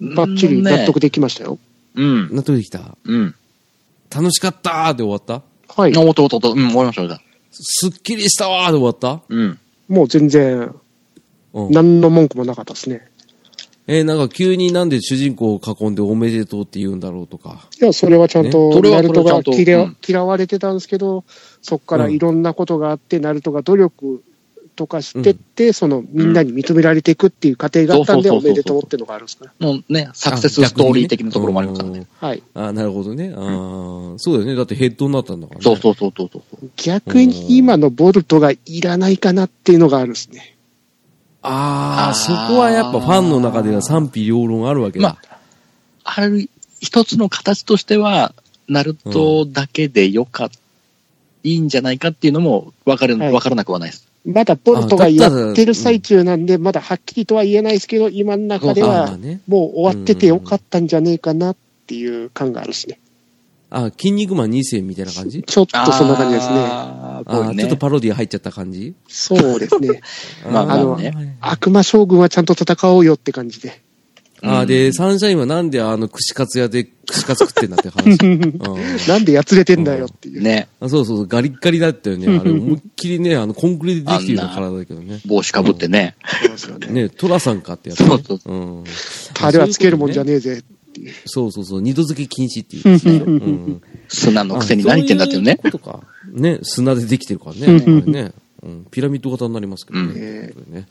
バッチリ納得で。できましたよ。うん、納得できた。うん。楽しかったーで終わったはい。おっとおっとおっと、うん、終わりました、終わりましすっきりしたわーで終わったた。うん。もう全然、うん。何の文句もなかったですね。えーなんか急になんで主人公を囲んでおめでとうって言うんだろうとか。いや、それはちゃんねと、それはナルトそれがはちゃんと嫌,、うん嫌われてたんですけど、そこからうんいろんなことがあって、ナルトが努力とかしてって、その、みんなに認められていくっていう過程があったんで、うんおめでとうっていうのがあるんですね。もうね、サクセスストーリー的なところもありますからね。ね。はい。うんあ、なるほどね。あーそうだよね。だってヘッドになったんだからね。そうそうそうそうそう。逆に今のボルトがいらないかなっていうのがあるんですね。あああ、ーそこはやっぱファンの中では賛否両論あるわけだ。まある一つの形としては、ナルトだけでよかった、いいんじゃないかっていうのも分かる、はい分からなくはないです。まだボルトがあだったらやってる最中なんで、まだはっきりとは言えないですけど、今の中であーまあは、ね。もう終わっててよかったんじゃねえかなっていう感があるんですね。あ、筋肉マン2世みたいな感じちょっとそんな感じですね。あーあこういーうちょっとね。パロディ入っちゃった感じそうですね。まあまあーねはいはい悪魔将軍はちゃんと戦おうよって感じで。あーで、サンシャインはなんであの串カツ屋で串カツ食ってんだって 話。うんなんでやつれてんだよっていう。ね。あそうそうそう、ガリッガリだったよね。あれ、思いっきりね、あの、コンクリでできてるような体だけどね。帽子かぶってね。そうですよねね、トラさんかってやつ、ね。そうそうそうん。タレはつけるもんじゃえ。ねえぜ。そうそうそう、二度漬け禁止っていう やつね、うん。砂のくせに何言ってんだっていうね。あそういうことか。ね、砂でできてるからね。うんうんあれねうん、ピラミッド型になりますけどね。うんえこれね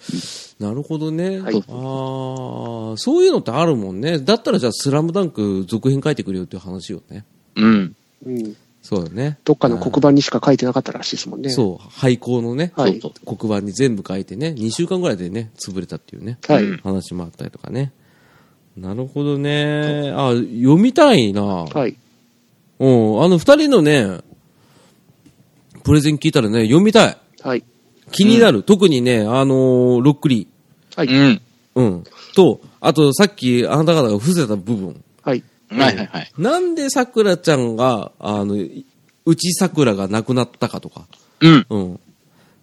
なるほどね。はいああ、そういうのってあるもんね。だったらじゃあ、スラムダンク続編書いてくれよっていう話よね。うん。うん。そうだよね。どっかの黒板にしか書いてなかったらしいですもんね。そう、廃校のね、はいそう黒板に全部書いてね、2週間ぐらいでね、潰れたっていうね、はい。うん話もあったりとかね。なるほどね。あ、読みたいな。はい。うん、あの、二人のね、プレゼン聞いたらね、読みたい。はい。気になる。特にね、あのーロックリはうい。ん。ー。うん。と、あと、さっき、あなた方が伏せた部分。はい。はいはいはい。なんで桜ちゃんが、あの、うち桜が亡くなったかとか。うん。うん。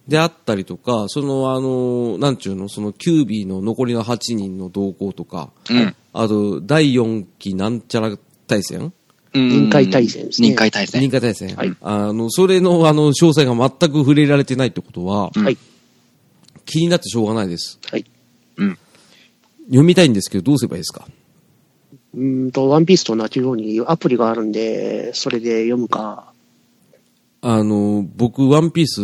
であったりとか、その、あの、なんちゅうの、その、キュービーの残りの8人の動向とか、うん。あと、第4期なんちゃら対戦うん臨海対戦ですね臨海対戦任。課対戦、はいあの、それの、あの、詳細が全く触れられてないってことは、うんはい。気になってしょうがないです。はい。うん。読みたいんですけど、どうすればいいですかうーんと、ワンピースと同じようにアプリがあるんで、それで読むか。あの、僕、ワンピース、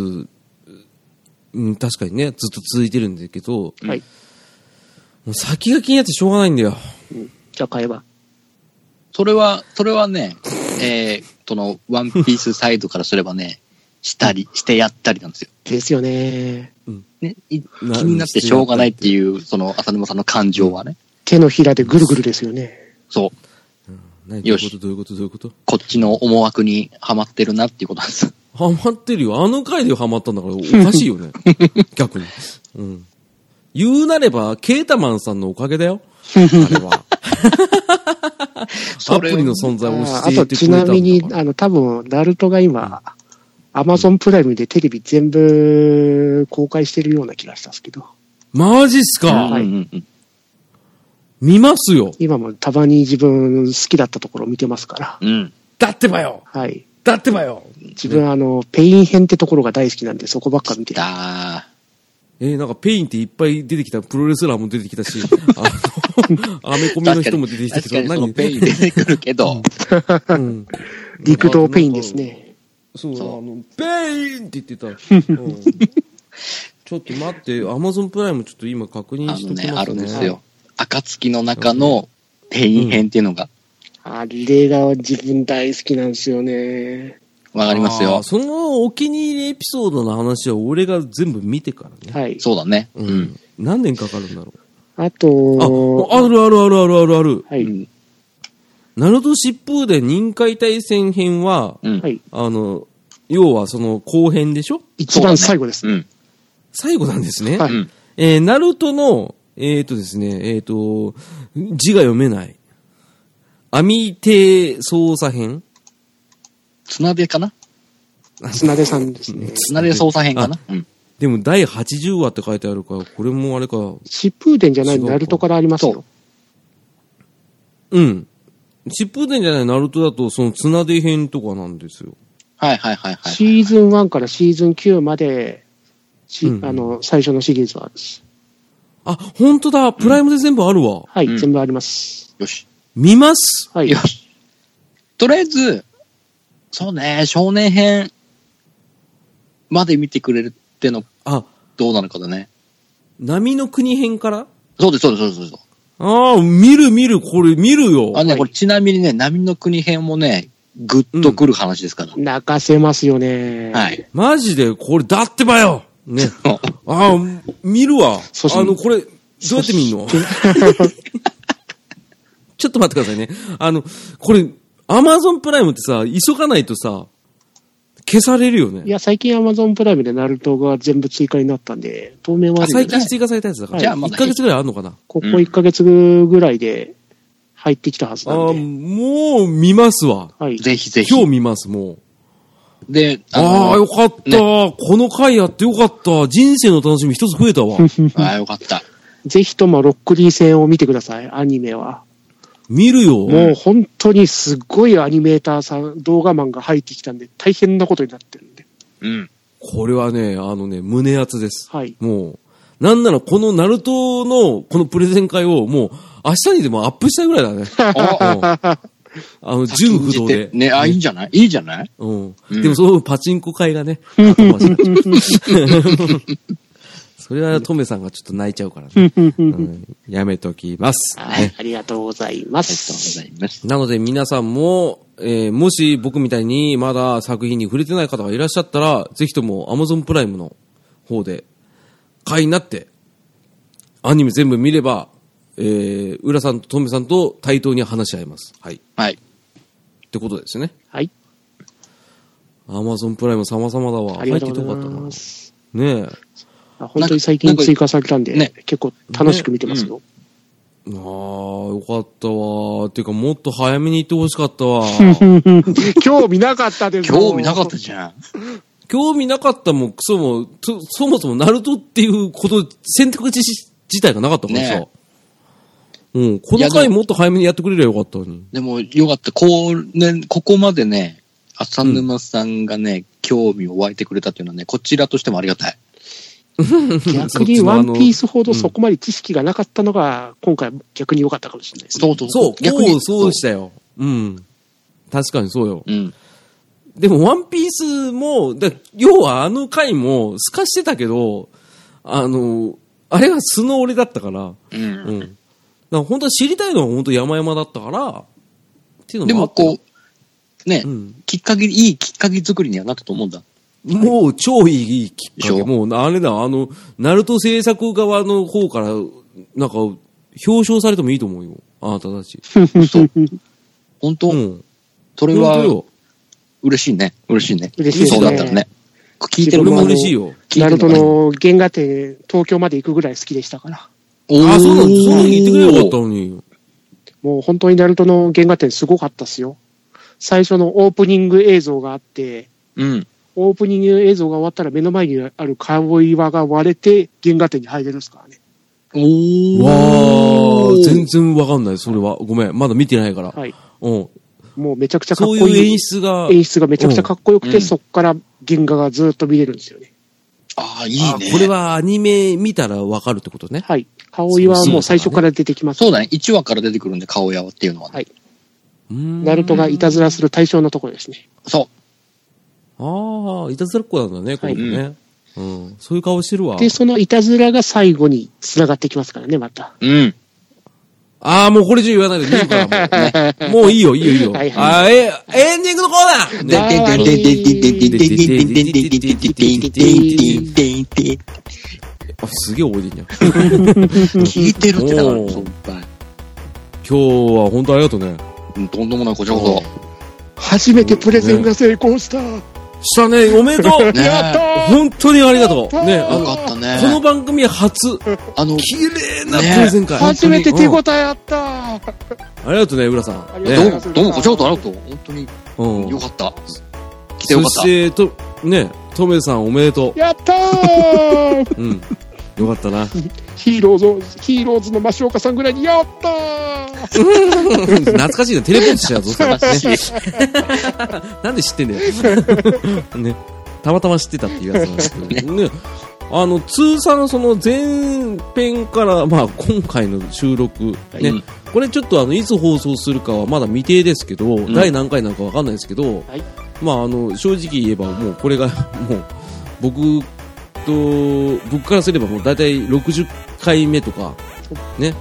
うん、確かにね、ずっと続いてるんだけど、もはい。う先が気になってしょうがないんだよ。じゃあ買えば。それは、それはね、えー、その、ワンピースサイドからすればね、したり、してやったりなんですよ。ですよね。ね、い気なになってしょうがないっていう、その、浅沼さんの感情はね。手のひらでぐるぐるですよね。そう。何どうよいうしことどういうことどういうことこっちの思惑にはまってるなっていうことなんです。ハマってるよ。あの回でハマったんだから、おかしいよね。 逆に。うん。言うなれば、ケータマンさんのおかげだよ。あれ は。アそプれリの存在をあ知と、ってくちれたなんだみに、から。あの、多分、ナルトが今、アマゾンプライムでテレビ全部公開してるような気がしたんですけど、マジっすうんかうんうん見ますよ。今もたまに自分好きだったところ見てますから。うん。だってばよはい。だってばよ自分、あの、ペイン編ってところが大好きなんで、そこばっか見て。だえーなんかペインっていっぱい出てきた、プロレスラーも出てき たし、あの、アメ ーコミの人も出てきた確けかにど、その何ペイン出てくるけど、うん 陸道ペインですね。そう、そうあの、ペインって言って た。うんちょっと待って、アマゾンプライムちょっと今確認あしのときますねね。、あるんですよ。暁の中のペイン編っていうのが、あれが自分大好きなんですよね。わかりますあよー。そのお気に入りエピソードの話は俺が全部見てからね。はい。そうだね。ううんん。。何年かかるんだろあうと。、あ、あるあるあるあるあるある。はうい。ん。ナルト疾風伝任海対戦編は、うんはい。あの、要はその後編でしょ一番最後ですうね。ん。最後なんですね。はういん。えー、ナルトの、えっ、ー、とですね、えっ、ー、と、字が読めない。網手操作編つなでかな砂出さんですね。つなで操作編かなうん。でも第80話って書いてあるから、これもあれか、疾風伝じゃないそうかナルトからありますよ。うん。疾風伝じゃないナルトだと、その綱手編とかなんですよ。はいはいはいはい。シーズン1からシーズン9まで、しうんあの、最初のシリーズは、あ、本当だ。プライムで全部あるわ。はい、うん全部あります。よし。見ます。はい。よし。とりあえず、そうね、少年編まで見てくれるってのあ、どうなのかだね。波の国編からそうです、そうです、そうです。そうですああ、見る見る、これ見るよ。あのね、はいこれちなみにね、波の国編もね、ぐっとくる話ですから。泣かせますよね。はい。マジで、これだってばよ。ね。そうああ、見るわ。そしてあの、これ、どうやって見んのちょっと待ってくださいね。あの、これ、アマゾンプライムってさ、急がないとさ、消されるよいね。や、最近 Amazon プライムでナルトが全部追加になったんで、当面はああるよ最ね近追加されたやつだから。じゃあまだ1ヶ月ぐらいあんのかな。ここ1ヶ月ぐらいで入ってきたはずあなあ、んで。もう見ますわ。はい。ぜひぜひ今。日見ます、もう。で、ああ、よかった、ねこの回やってよかった。人生の楽しみ一つ増 えたわ。ああ、よかった。ぜひともロックリー戦を見てください、アニメは。見るよ。もう本当にすっごいアニメーターさん、動画マンが入ってきたんで、大変なことになってるんで。 うん。これはね、あのね、胸熱です。はい。もう、なんならこのナルトのこのプレゼン会をもう明日にでもアップしたいぐらい だね。あの、純不動で。ね、あ、いいんじゃないいいじゃないうん。うんでもそのパチンコ会がね、後回しになっちゃう それはトメさんがちょっと泣いちゃうから ね。うんやめときます。はい、ありがとうございまありがとうごす。ざいます。なので皆さんも、えーもし僕みたいにまだ作品に触れてない方がいらっしゃったら、ぜひとも Amazon プライムの方で会員になって、アニメ全部見れば、えー、浦さんとトメさんと対等に話し合います。はい。っはい。てことですね。はい、 Amazon プライム様々だわ。あり入っがてとうてよかごっざたいなま。す。ねえ。あ本当に最近追加されたんで、なんかね結構楽しく見てますよ。ああ、よかったわ。ていうか、もっと早めに行ってほしかったわ。 興味なかったですよ興味なかったじゃん。興味なかったもんクソも、そそもそもナルトっていうこと、選択肢自体がなかったからさ。ねうん、この回もっと早めにやってくれりゃよかったのに。でも、よかった。こう、ね、ここまでね、浅沼さんがね、興味を湧いてくれたっていうのはね、こちらとしてもありがたい。逆にワンピース。スほどそこまで知識がなかったのが、今回逆に良かったかもしれないですね。そうそうそう、逆逆に。にそうでしたよ。うん。確かにそうよ。うん。でも、ワンピースも、だ要はあの回も透かしてたけど、あの、あれが素の俺だったから、うん。うん。だから本当は知りたいのは本当山々だったから、っていうでのもも、あったよこう、ね、うん。きっかけ、いいきっかけ作りにはなったと思うんだ。もう超いいきっでしかけ。ょもう、あれだ、あの、ナルト制作側の方から、なんか、表彰されてもいいと思うよ。あなたたち。そう。本当、うん。それ本当はよ。嬉しいね。嬉しいね。 嬉しいですそねうだったらね。聞いて俺るも側嬉しいよ。聞いナてるルト側も。の原画展、東京まで行くぐらい好きでしたから。おーあ、そうなの、そうなの言ってくれよかったのに。もう本当にナルトの原画展すごかったっすよ。最初のオープニング映像があって、うん。オープニング映像が終わったら目の前にある顔岩が割れて原画展に入れるんですからね。おー。わー、全然わかんない、それは。ごめん、まだ見てないから。はい。うん。もうめちゃくちゃかっそこういい。いう演出が、演出がめちゃくちゃかっこよくて、うんそこから原画がずっと見れるんですよね。ああ、いいあね。これはアニメ見たらわかるってことね。はい。顔岩はもう最初から出てきます。そうだね。1話から出てくるんで、顔やわっていうのはね。はい。うんナルトがいたずらする対象のところですね。そああ、いたずらっ子なんだね、この子ね。うん。そういう顔してるわ。で、そのいたずらが最後に繋がってきますからね、また。う。うん。ああ、もうこれ以上言わないで見るから、もう。もういいよ、いいよ、いいよ。はいあはーえー、エンディングのコーナー、ね、聞あすげえ覚えてんじゃん。いてるってだから、おーそういっぱい今日は本当ありがとうね。うんとんでもない、こちらこ初めてプレゼンが成功した。したね、おめでとうそ。ねやっえ。たー本当にありがとう。ね、あよの、かったね。この番組初、あの、綺麗なプレゼン会。初めて手応うんえあったありがとうね、浦さあん。りがどうねも、どうも、こちらこそありがとう。本当にうんよかった。来てよかそっして、と、ね、トメさんおめでとやったーう。うん。よかったな。 ヒーローズ、ヒーローズの増岡さんぐらいに、やったー懐かしいな、テレポートしちゃうぞ、それた。ね。 なんで知ってんだよ。ね。たまたま知ってたっていうやつなんですけど。ね。あの通算その前編から、まあ、今回の収録、ねうんこれちょっとあのいつ放送するかはまだ未定ですけど、ん第何回なのかわかんないですけど、はいまあ、あの正直言えばもうこれがもう僕と僕からすればもう大体60回目とか、ね、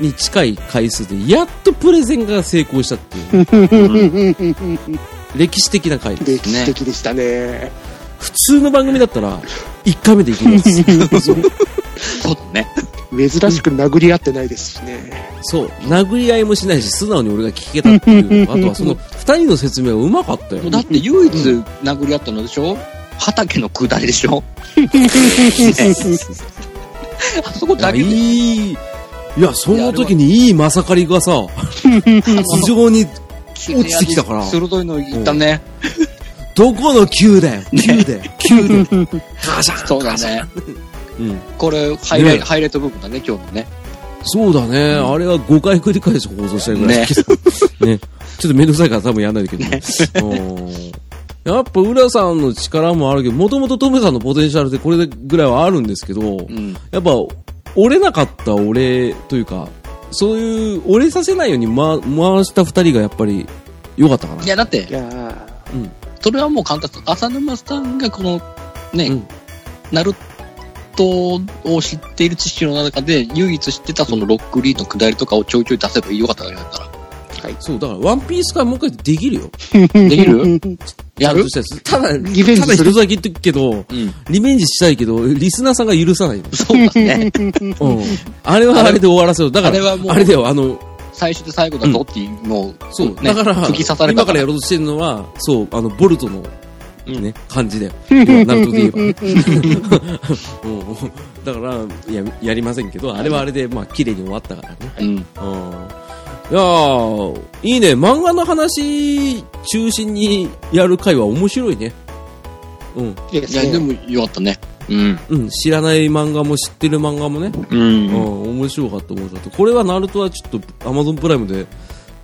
に近い回数でやっとプレゼンが成功したって いう歴史的な回です歴史的でしたね。普通の番組だったら1回目でいきます そうだね。珍しく殴り合ってないですしね。そう殴り合いもしないし素直に俺が聞けたっていうのあとはその2人の説明がうまかったよだって唯一殴り合ったのでしょ畑の下りでしょあそこだけでいいいやその時にいいまさかりがさ非常に落ちてきたから鋭いのいったね。どこの球だよ球だよ球だよガシャン そうだね。うんこれ、ハイライねト、ハイライト部分だね、今日のね。そうだね、あれは5回繰り返し放送したいぐらい、ねね、 ねちょっとめんどくさいから多分やんないけど、ね、やっぱ浦さんの力もあるけどもともとトムさんのポテンシャルってこれぐらいはあるんですけど、うん。やっぱ折れなかった俺というかそういう折れさせないように回回した2人がやっぱり良かったかないや、だっいて、やーそれはもう簡単です。浅沼さんがこの、ね、うんナルトを知っている知識の中で、唯一知ってたそのロックリードの下りとかをちょいちょい出せばよかったわけだかそうだからワンピースからもう一回できるよら。できるやちゃんるとしたやつただリベンジただする一つだけ言っとくけどうん。リベンジしたいけどリスナーさんが許さないのそうだね。うんあれはあれで終わらせよう。だかあれら、はもうあれだよ、あの、最初で最後だぞっていうのを、そう、ねだから、釘刺され今たからやろうとしてるのは、そう、あの、ボルトの、ね、感じだよ。ナルトで言えば。うんだから、や、やりませんけど、あれはあれで、まあ、綺麗に終わったからね。うん。うん。いやー、いいね。漫画の話中心にやる回は面白いね。うん。いいでいすや、ねでもよかったね。うん。うん。知らない漫画も知ってる漫画もね。うんうん、面白かった、面白かった。これはナルトはちょっと Amazon プライムで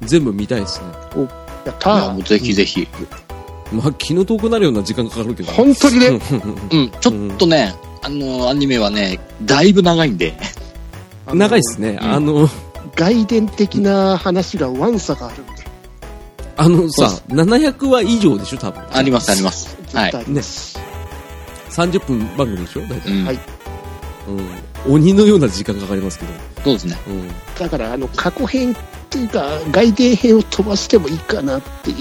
全部見たいですね。やっいたや、ーもうぜひぜひ。まあ、気の遠くなるような時間かかるけど。本当にね、うん、ちょっとね、あの、アニメはね、だいぶ長いんで。あの長いですね。うんあの、外伝的な話がワンサがあるんで、あのさそ、 700話以上でしょ、多分。あります、あります。は絶い。対あります。 30分番組でしょ、大体。うんはいうん。鬼のような時間かかりますけど。そうですね。うん。だから、あの、過去編っていうか、外伝編を飛ばしてもいいかなっていう。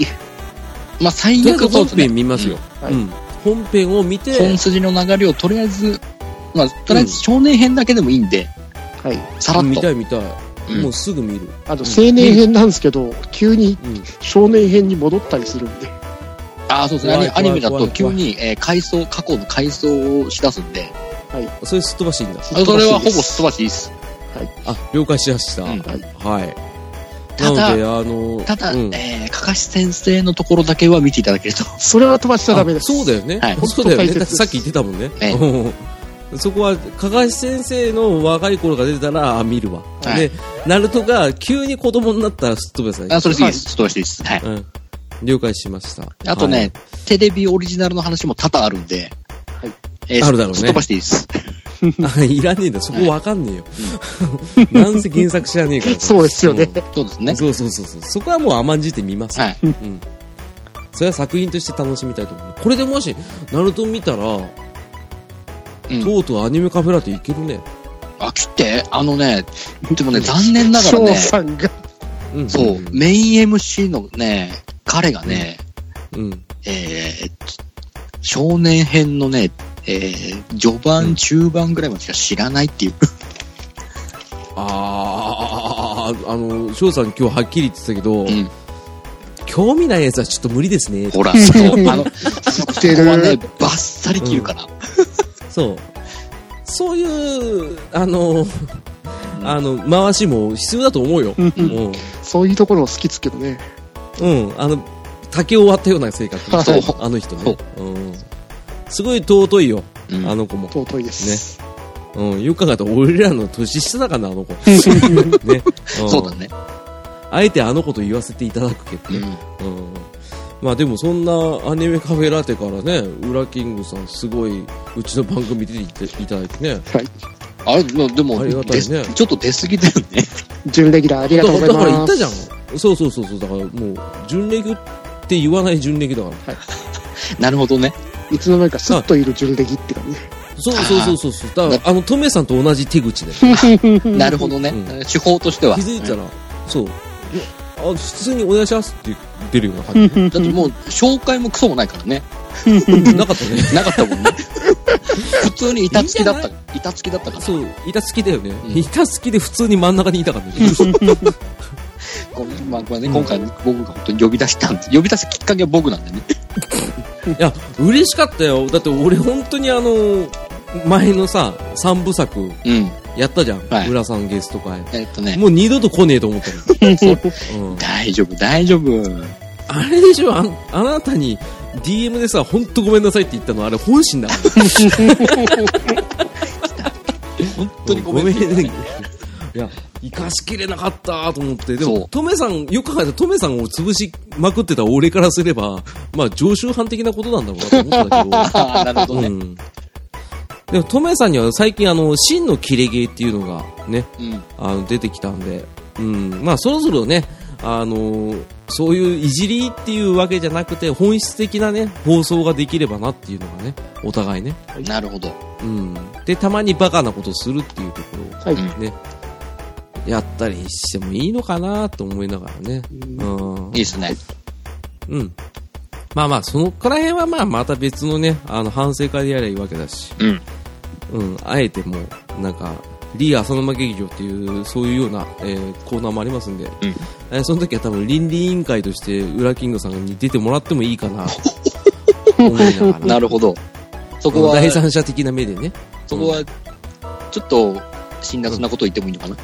まあ、最とりあえず悪そう本ですね編見ますよ。うんうんうん本編を見て、本筋の流れをとりあえず、まあ、とりあえず少年編だけでもいいんで、はい。さらっ見たと。い見たい。うんもうすぐ見る。あと、青年編なんですけど、急にうん。少年編に戻ったりするんで。ああ、そうです怖いね。アニメだ怖いと急に、えー、回想、過去の回想をしだすんで、それすっ飛ばしいんだ。あそれはほぼすっ飛ばしいいっす。あ、了解しました。うんはい。たなだので、あの、ただ、うんえー、かかし先生のところだけは見ていただけると。それは飛ばしちゃダメです。あそうだよね。はいそうだよね。本当大切だでってすさっき言ってたもんね。ええうんそこは、加賀先生の若い頃が出てたら、あ、見るわ。はいで、ナルトが急に子供になったらすっ飛ばさない。あ、それでいいです。すっ飛ばしていいです。はい。うん。了解しました。あとはねい、、テレビオリジナルの話も多々あるんで、はいえあるだろうねすっ飛ばしていいです。あ いらねえんだ。そこわかんねえよ。 なんせ原作知らねえから。 そうですよね。そうですね。そうそうそうそう。そこはもう甘んじて見ます。はい。うん。それは作品として楽しみたいと思う。これでもし、ナルト見たら、うんとうとうアニメカフェラテいけるね。あ、来て、あのね、で もね、残念ながら翔ね、さんが、うん。そう、メイン MC のね、彼がね、うん。えー少年編のね、えー序盤、中盤ぐらいまでしか知らないっていう。あーあの、翔さん今日はっきり言ってたけど、うん興味ないやつはちょっと無理ですね。ほら、 そう、あの、来そてこはるね。、バッサリ切るから。そう。そういう、あの、んあの、回しも必要だと思うよ。うんううんん。そういうところを好きですけどね。うん。あの、竹を割ったような性格。はいあの人ね。うん。すごい尊いよ、うんあの子も。尊いです。うん。よく考えたら俺らの年下だからな、あの子。ね。ん そうだね。あえてあの子と言わせていただくけどうね。んうんまあでもそんなアニメカフェラテからね、ウラキングさんすごいうちの番組出ていただいてね、はい。あれ、なでも、ありがたいねでちょっと出過ぎだよね。 準レギュラーありがとうございだから言まっす。たじゃん。そうそうそうそう、だからもう、純レギって言わない純レギだから。なるほどね。いつの間にかスッといる準レギって感じ。そうそうそうそうそう。だから、あの、トメさんと同じ手口で。なるほどね。うん手法としては。気づいたら、そう。あ、普通にお願いしますって出るような感だってもう、紹介もクソもないからね。じ。なかったね。 なかったもんね。 普通に板付きだった。板付きだったから。そう、板付きだよね。ん板付きで普通に真ん中にいたからね。こうまあこれね、今回僕が本当に呼び出したんです。呼び出すきっかけは僕なんでね。いや、嬉しかったよ。だって俺本当にあの、前のさ、三部作うん。やったじゃん。はい浦さんゲスト会。えっとね、もう二度と来ねえと思ったの。うん大丈夫、大丈夫。あれでしょあん、あなたに DM でさ、ほんとごめんなさいって言ったの、あれ本心だから。本当にごめん。ごね。いや、生かしきれなかったと思って。でそもう、トメさん、よく考えたらトメさんを潰しまくってた俺からすれば、まあ常習犯的なことなんだろうなと思ったけど。ああ、なるほどうね。ん。でも、トメさんには最近、あの、真の切れ芸っていうのがね、うん。あの出てきたんで、うん、まあそろそろね、あのーそういういじりっていうわけじゃなくて、本質的なね、放送ができればなっていうのがね、お互いね。なるほど。うん。で、たまにバカなことするっていうとこはい。うんろをね、やったりしてもいいのかなと思いながらね。ういんい。ですね。うん。まあまあ、そのから辺はまあまた別のね、あの、反省会でやればいいわけだし。うん。うん、あえてもう、なんか、リー浅沼劇場っていう、そういうような、えーコーナーもありますんで、うんえーその時は多分倫理委員会として、ウラキングさんに出てもらってもいいかな、思いながら。 なるほど。そこは、第三者的な目でね。そこは、ちょっと、辛辣なこと言ってもいいのかな。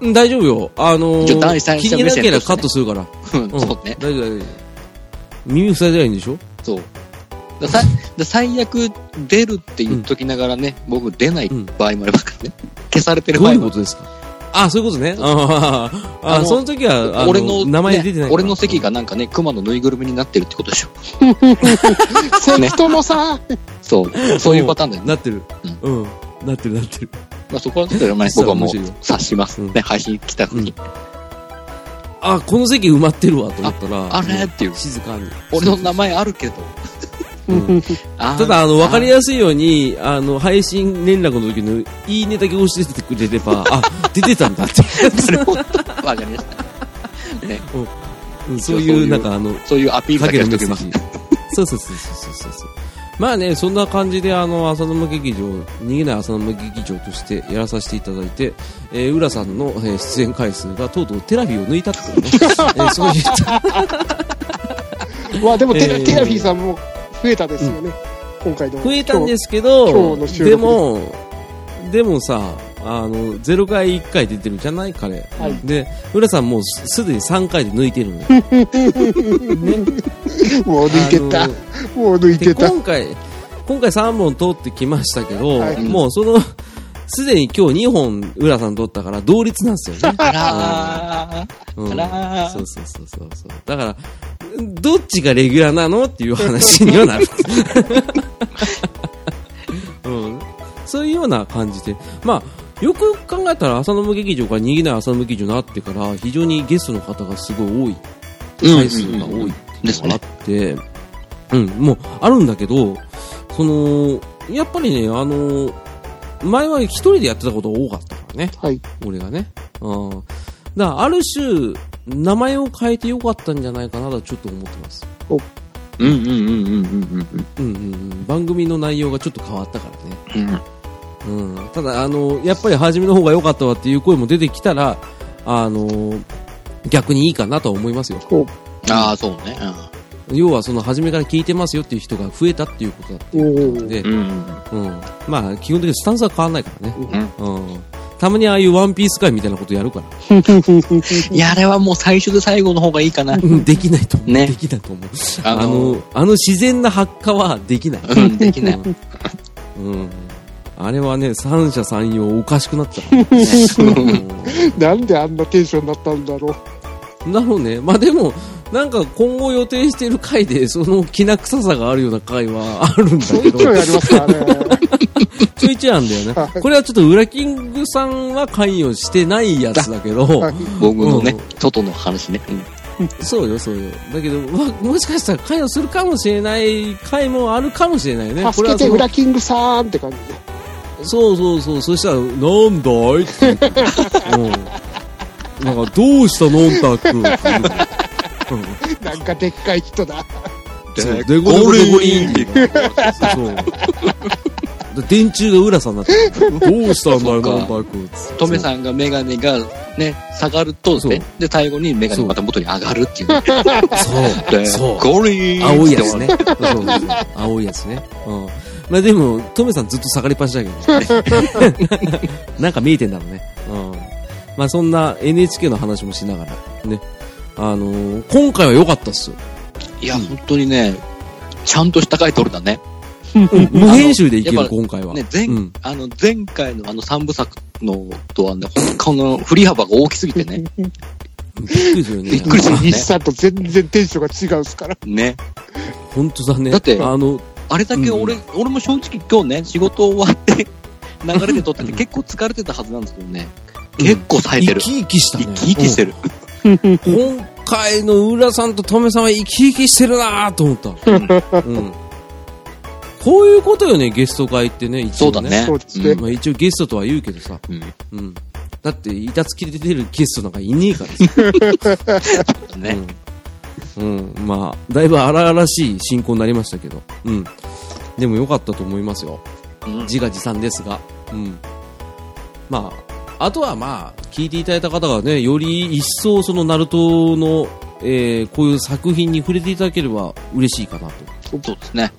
うん、大丈夫よ。あの一応第三ー、者目気線になければカットするから。うん、ん、そうね。大丈夫、大丈夫。耳塞いでないんでしょそう。ださだ最悪出るって言っときながらね、僕出ない場合もあればからね、消されてるど場うい合うこも。とですかあ、そういうことね。あーああー、のその時は、あ俺の、名前ね出てないから、俺の席がなんかね、熊のぬいぐるみになってるってことで しょ。ね関ともさ、そう、そういうパターンだよね。なってる。うん。なってる、なってる。まあ、そこはちょっとまあ僕はもう面白いよ察しますね、うん配信来た時に、あ、この席埋まってるわと思ったら、あれっていう、静かに。俺の名前あるけ ど、うんあーただ、あの、わかりあやすいように、あの、配信連絡の時のいいねだけ押しててくれれば、あ、出てたんだって。ー なるほど、わかりました。うんそういう、なんかあの、そういうアピールだけはしておきます。そうそうそうそうそうそう。まあね、そんな感じで、あの、浅沼劇場、逃げない浅沼劇場としてやらさせていただいて、えー、浦さんの、えー出演回数がとうとうテラビを抜いたって いうね、えーそういった、わ、でもテラ、えーテラフィーさんも増えたですよね。今回の。。増えたんですすけ今ど、日の収録でも、でもさ、あの、0回1回出てるじゃない彼。はいで、浦さんもうすすでに3回で抜いてる のよ。もう抜いてたあの。もう抜いでてた。今回、今回3本撮ってきましたけど、はいもうその、すでに今日2本浦さん撮ったから同率なんですよね。あらー、うんあらーそうそうそうそうそう。だから、どっちがレギュラーなのっていう話にはなる。 うん、そういうような感じで。まあ、よく考えたら浅沼劇場から逃げない浅沼劇場になってから、非常にゲストの方がすごい多い。回数が多いっていうのがあって、うん、もうあるんだけど、その、やっぱりね、あの、前は一人でやってたことが多かったからね、はい。俺がね。うん。だから、ある種、名前を変えてよかったんじゃないかなとちょっと思ってます。うんうんうんうんうんうんうんうんうん。番組の内容がちょっと変わったからね。うん。うん。ただ、あの、やっぱり初めの方が良かったわっていう声も出てきたら、あの、逆にいいかなとは思いますよ。おああ、そうね。要はその初めから聞いてますよっていう人が増えたっていうことだっていうことで、うん。うん。うん。まあ、基本的にスタンスは変わんないからね。ううん。たまにああいうワンピース会みたいなことやるから。いや、あれはもう最初で最後の方がいいかな。うんできないと思う。ねできないと思う。ああの、のあの自然な発火はできない。うん、できない。うん。あれはね、三者三様おかしくなってたから。 うん なんであんなテンションだったんだろう。だろうね。まあでも、なんか今後予定している回で、そのきな臭さがあるような回はあるんだそういけうど、のやりますからね。ちょいちょいあんだよね。これはちょっとウラキングさんは関与してないやつだけど、はい僕のね、う外の話ね。うんそうよ、そうよ。だけど、わもしかしたら関与するかもしれない回もあるかもしれないね。助けて、そウのラキングさーんって感じで。そうそうそう。そしたら、なんだいって言う。うん。なんか、どうしたのんたくんって言う。うんなんかでっかい人だ。そうデゴデゴリーンってそう。電柱が浦さんになってるどうしたんだよ、なんだいくんつって。トメさんがメガネがね、下がるとそうね、で、最後にメガネがまた元に上がるっていうね。そう。そう。ゴリーン青いやつね。そうそうそう 青いやつね。うん。まあでも、トメさんずっと下がりっぱなしだけ ど。なんか見えてんだろうね。うん。まあそんな NHK の話もしながら、ね。あのー今回は良かったっすよ。いや、本当にね、ちゃんとした回撮れたね。無編集でいけやっる、ぱ今回は。ね、前、うんあの、前回のあの三部作のとはね、この振り幅が大きすぎてね。びっくりするよね。び っくりするね日。産と全然テンションが違うんですから。ね。本当だね。だってあの、あれだけ俺、俺も正直今日ね、仕事終わって、流れで撮ってて結構疲れてたはずなんですけどね。うん結構冴えて生るき。生きしたね。生き生きしてる。うん今回の浦さんとトメさんは生き生きしてるなーと思った。 うん。こういうことよね、ゲスト会ってね、一応ね。そうだね。そうですねうんまあ、一応ゲストとは言うけどさ、うんうん。だって、板付きで出てるゲストなんかいねえからさ。 ね。うん。うん。まあ、だいぶ荒々しい進行になりましたけど、うん。でも良かったと思いますよ。うん自画自賛ですが、うん。まあ、あとはまあ、聞いていただいた方がね、より一層そのナルトの、えーこういう作品に触れていただければ嬉しいかなと。そうですね。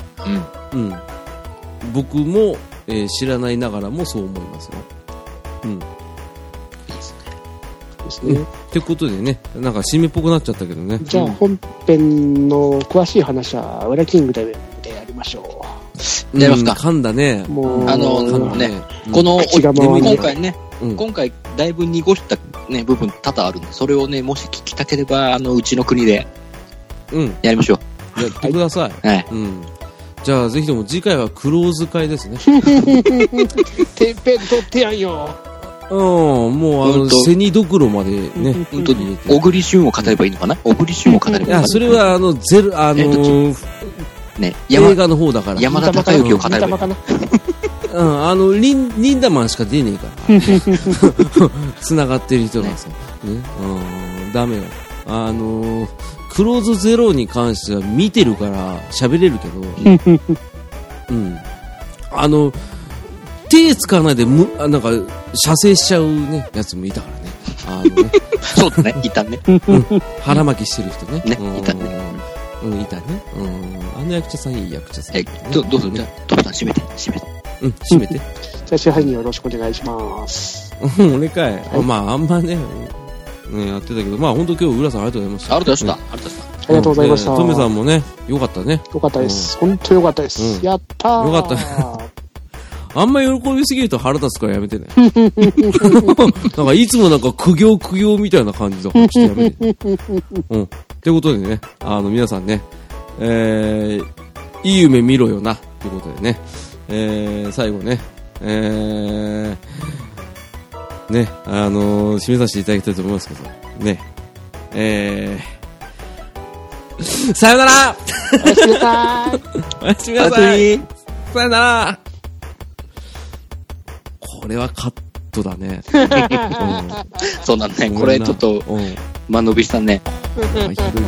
うん。うん、僕も、えー知らないながらもそう思いますよ。うん、ですね。ってことでね、なんか締めっぽくなっちゃったけどね。じゃあ本編の詳しい話は、ウラキングでやりましょうんやりますか噛んだねう。。もう、あの噛んだね。うんこ、の、口が回んない今回ね、うん今回だいぶ濁した、ね、部分多々あるんで、それをね、もし聞きたければ、あの、うちの国でうん、やりましょやってください。う。はい。うん。じゃあ、ぜひとも次回はクローズ会です ね。てっぺん取ってやんよ。うん、もうあうの、んとセニドクロまでね。本当に、小栗旬を語ればいいのかな小栗旬を語ればいいいのかや、なそれ、はあの、ゼル、あのえっとー、ね、映山、画の方だから。山田孝之を語見ればたいまい。かな。うん、あの、リン、リンダマンしか出ねえから。 繋がってる人がさ、ね。うん、ダメよ。あのー、クローズゼロに関しては見てるから喋れるけど、 うん。あの、手使わないでむ、あなんか、射精しちゃうね、やつもいたからね。あの ね、そうだね、いたね。腹巻きしてる人ね。ねうんいたね。うん、いたね。うん。あの役者さんいい役者さん、え、どどうするじゃあ、トムさん閉めて、閉めて。うん、閉めて。じゃあ支配人よろしくお願いします。うん俺かい。あまあ、あんまね、ね、やってたけど、まあ、本当今日、浦さんありがとうございました。ありがとうございましねた。ありがとうございました。あねりがとうございました。トメさよんもね、よかったね。かったです。本当よかったです。うんやったー。よかあんま喜びすぎると腹立つからやめてね。 なんか、いつもなんか苦行苦行みたいな感じだから、ちょっとやめて、ね。うん。ってことでね、あの、皆さんね、えー、いい夢見ろよな、ってことでね。えー、最後ね、えー、ね、あのー締めさせていただきたいと思いますけど、ね、えー、 さよならおやすみなさーい。おやすみなさいさよならこれはカットだね。 そうなんね、これちょっとうん。ま間延びしたね。あ、ひどいのちょっと一回こ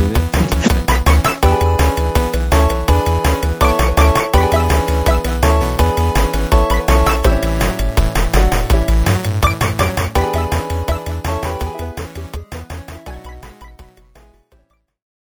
のね。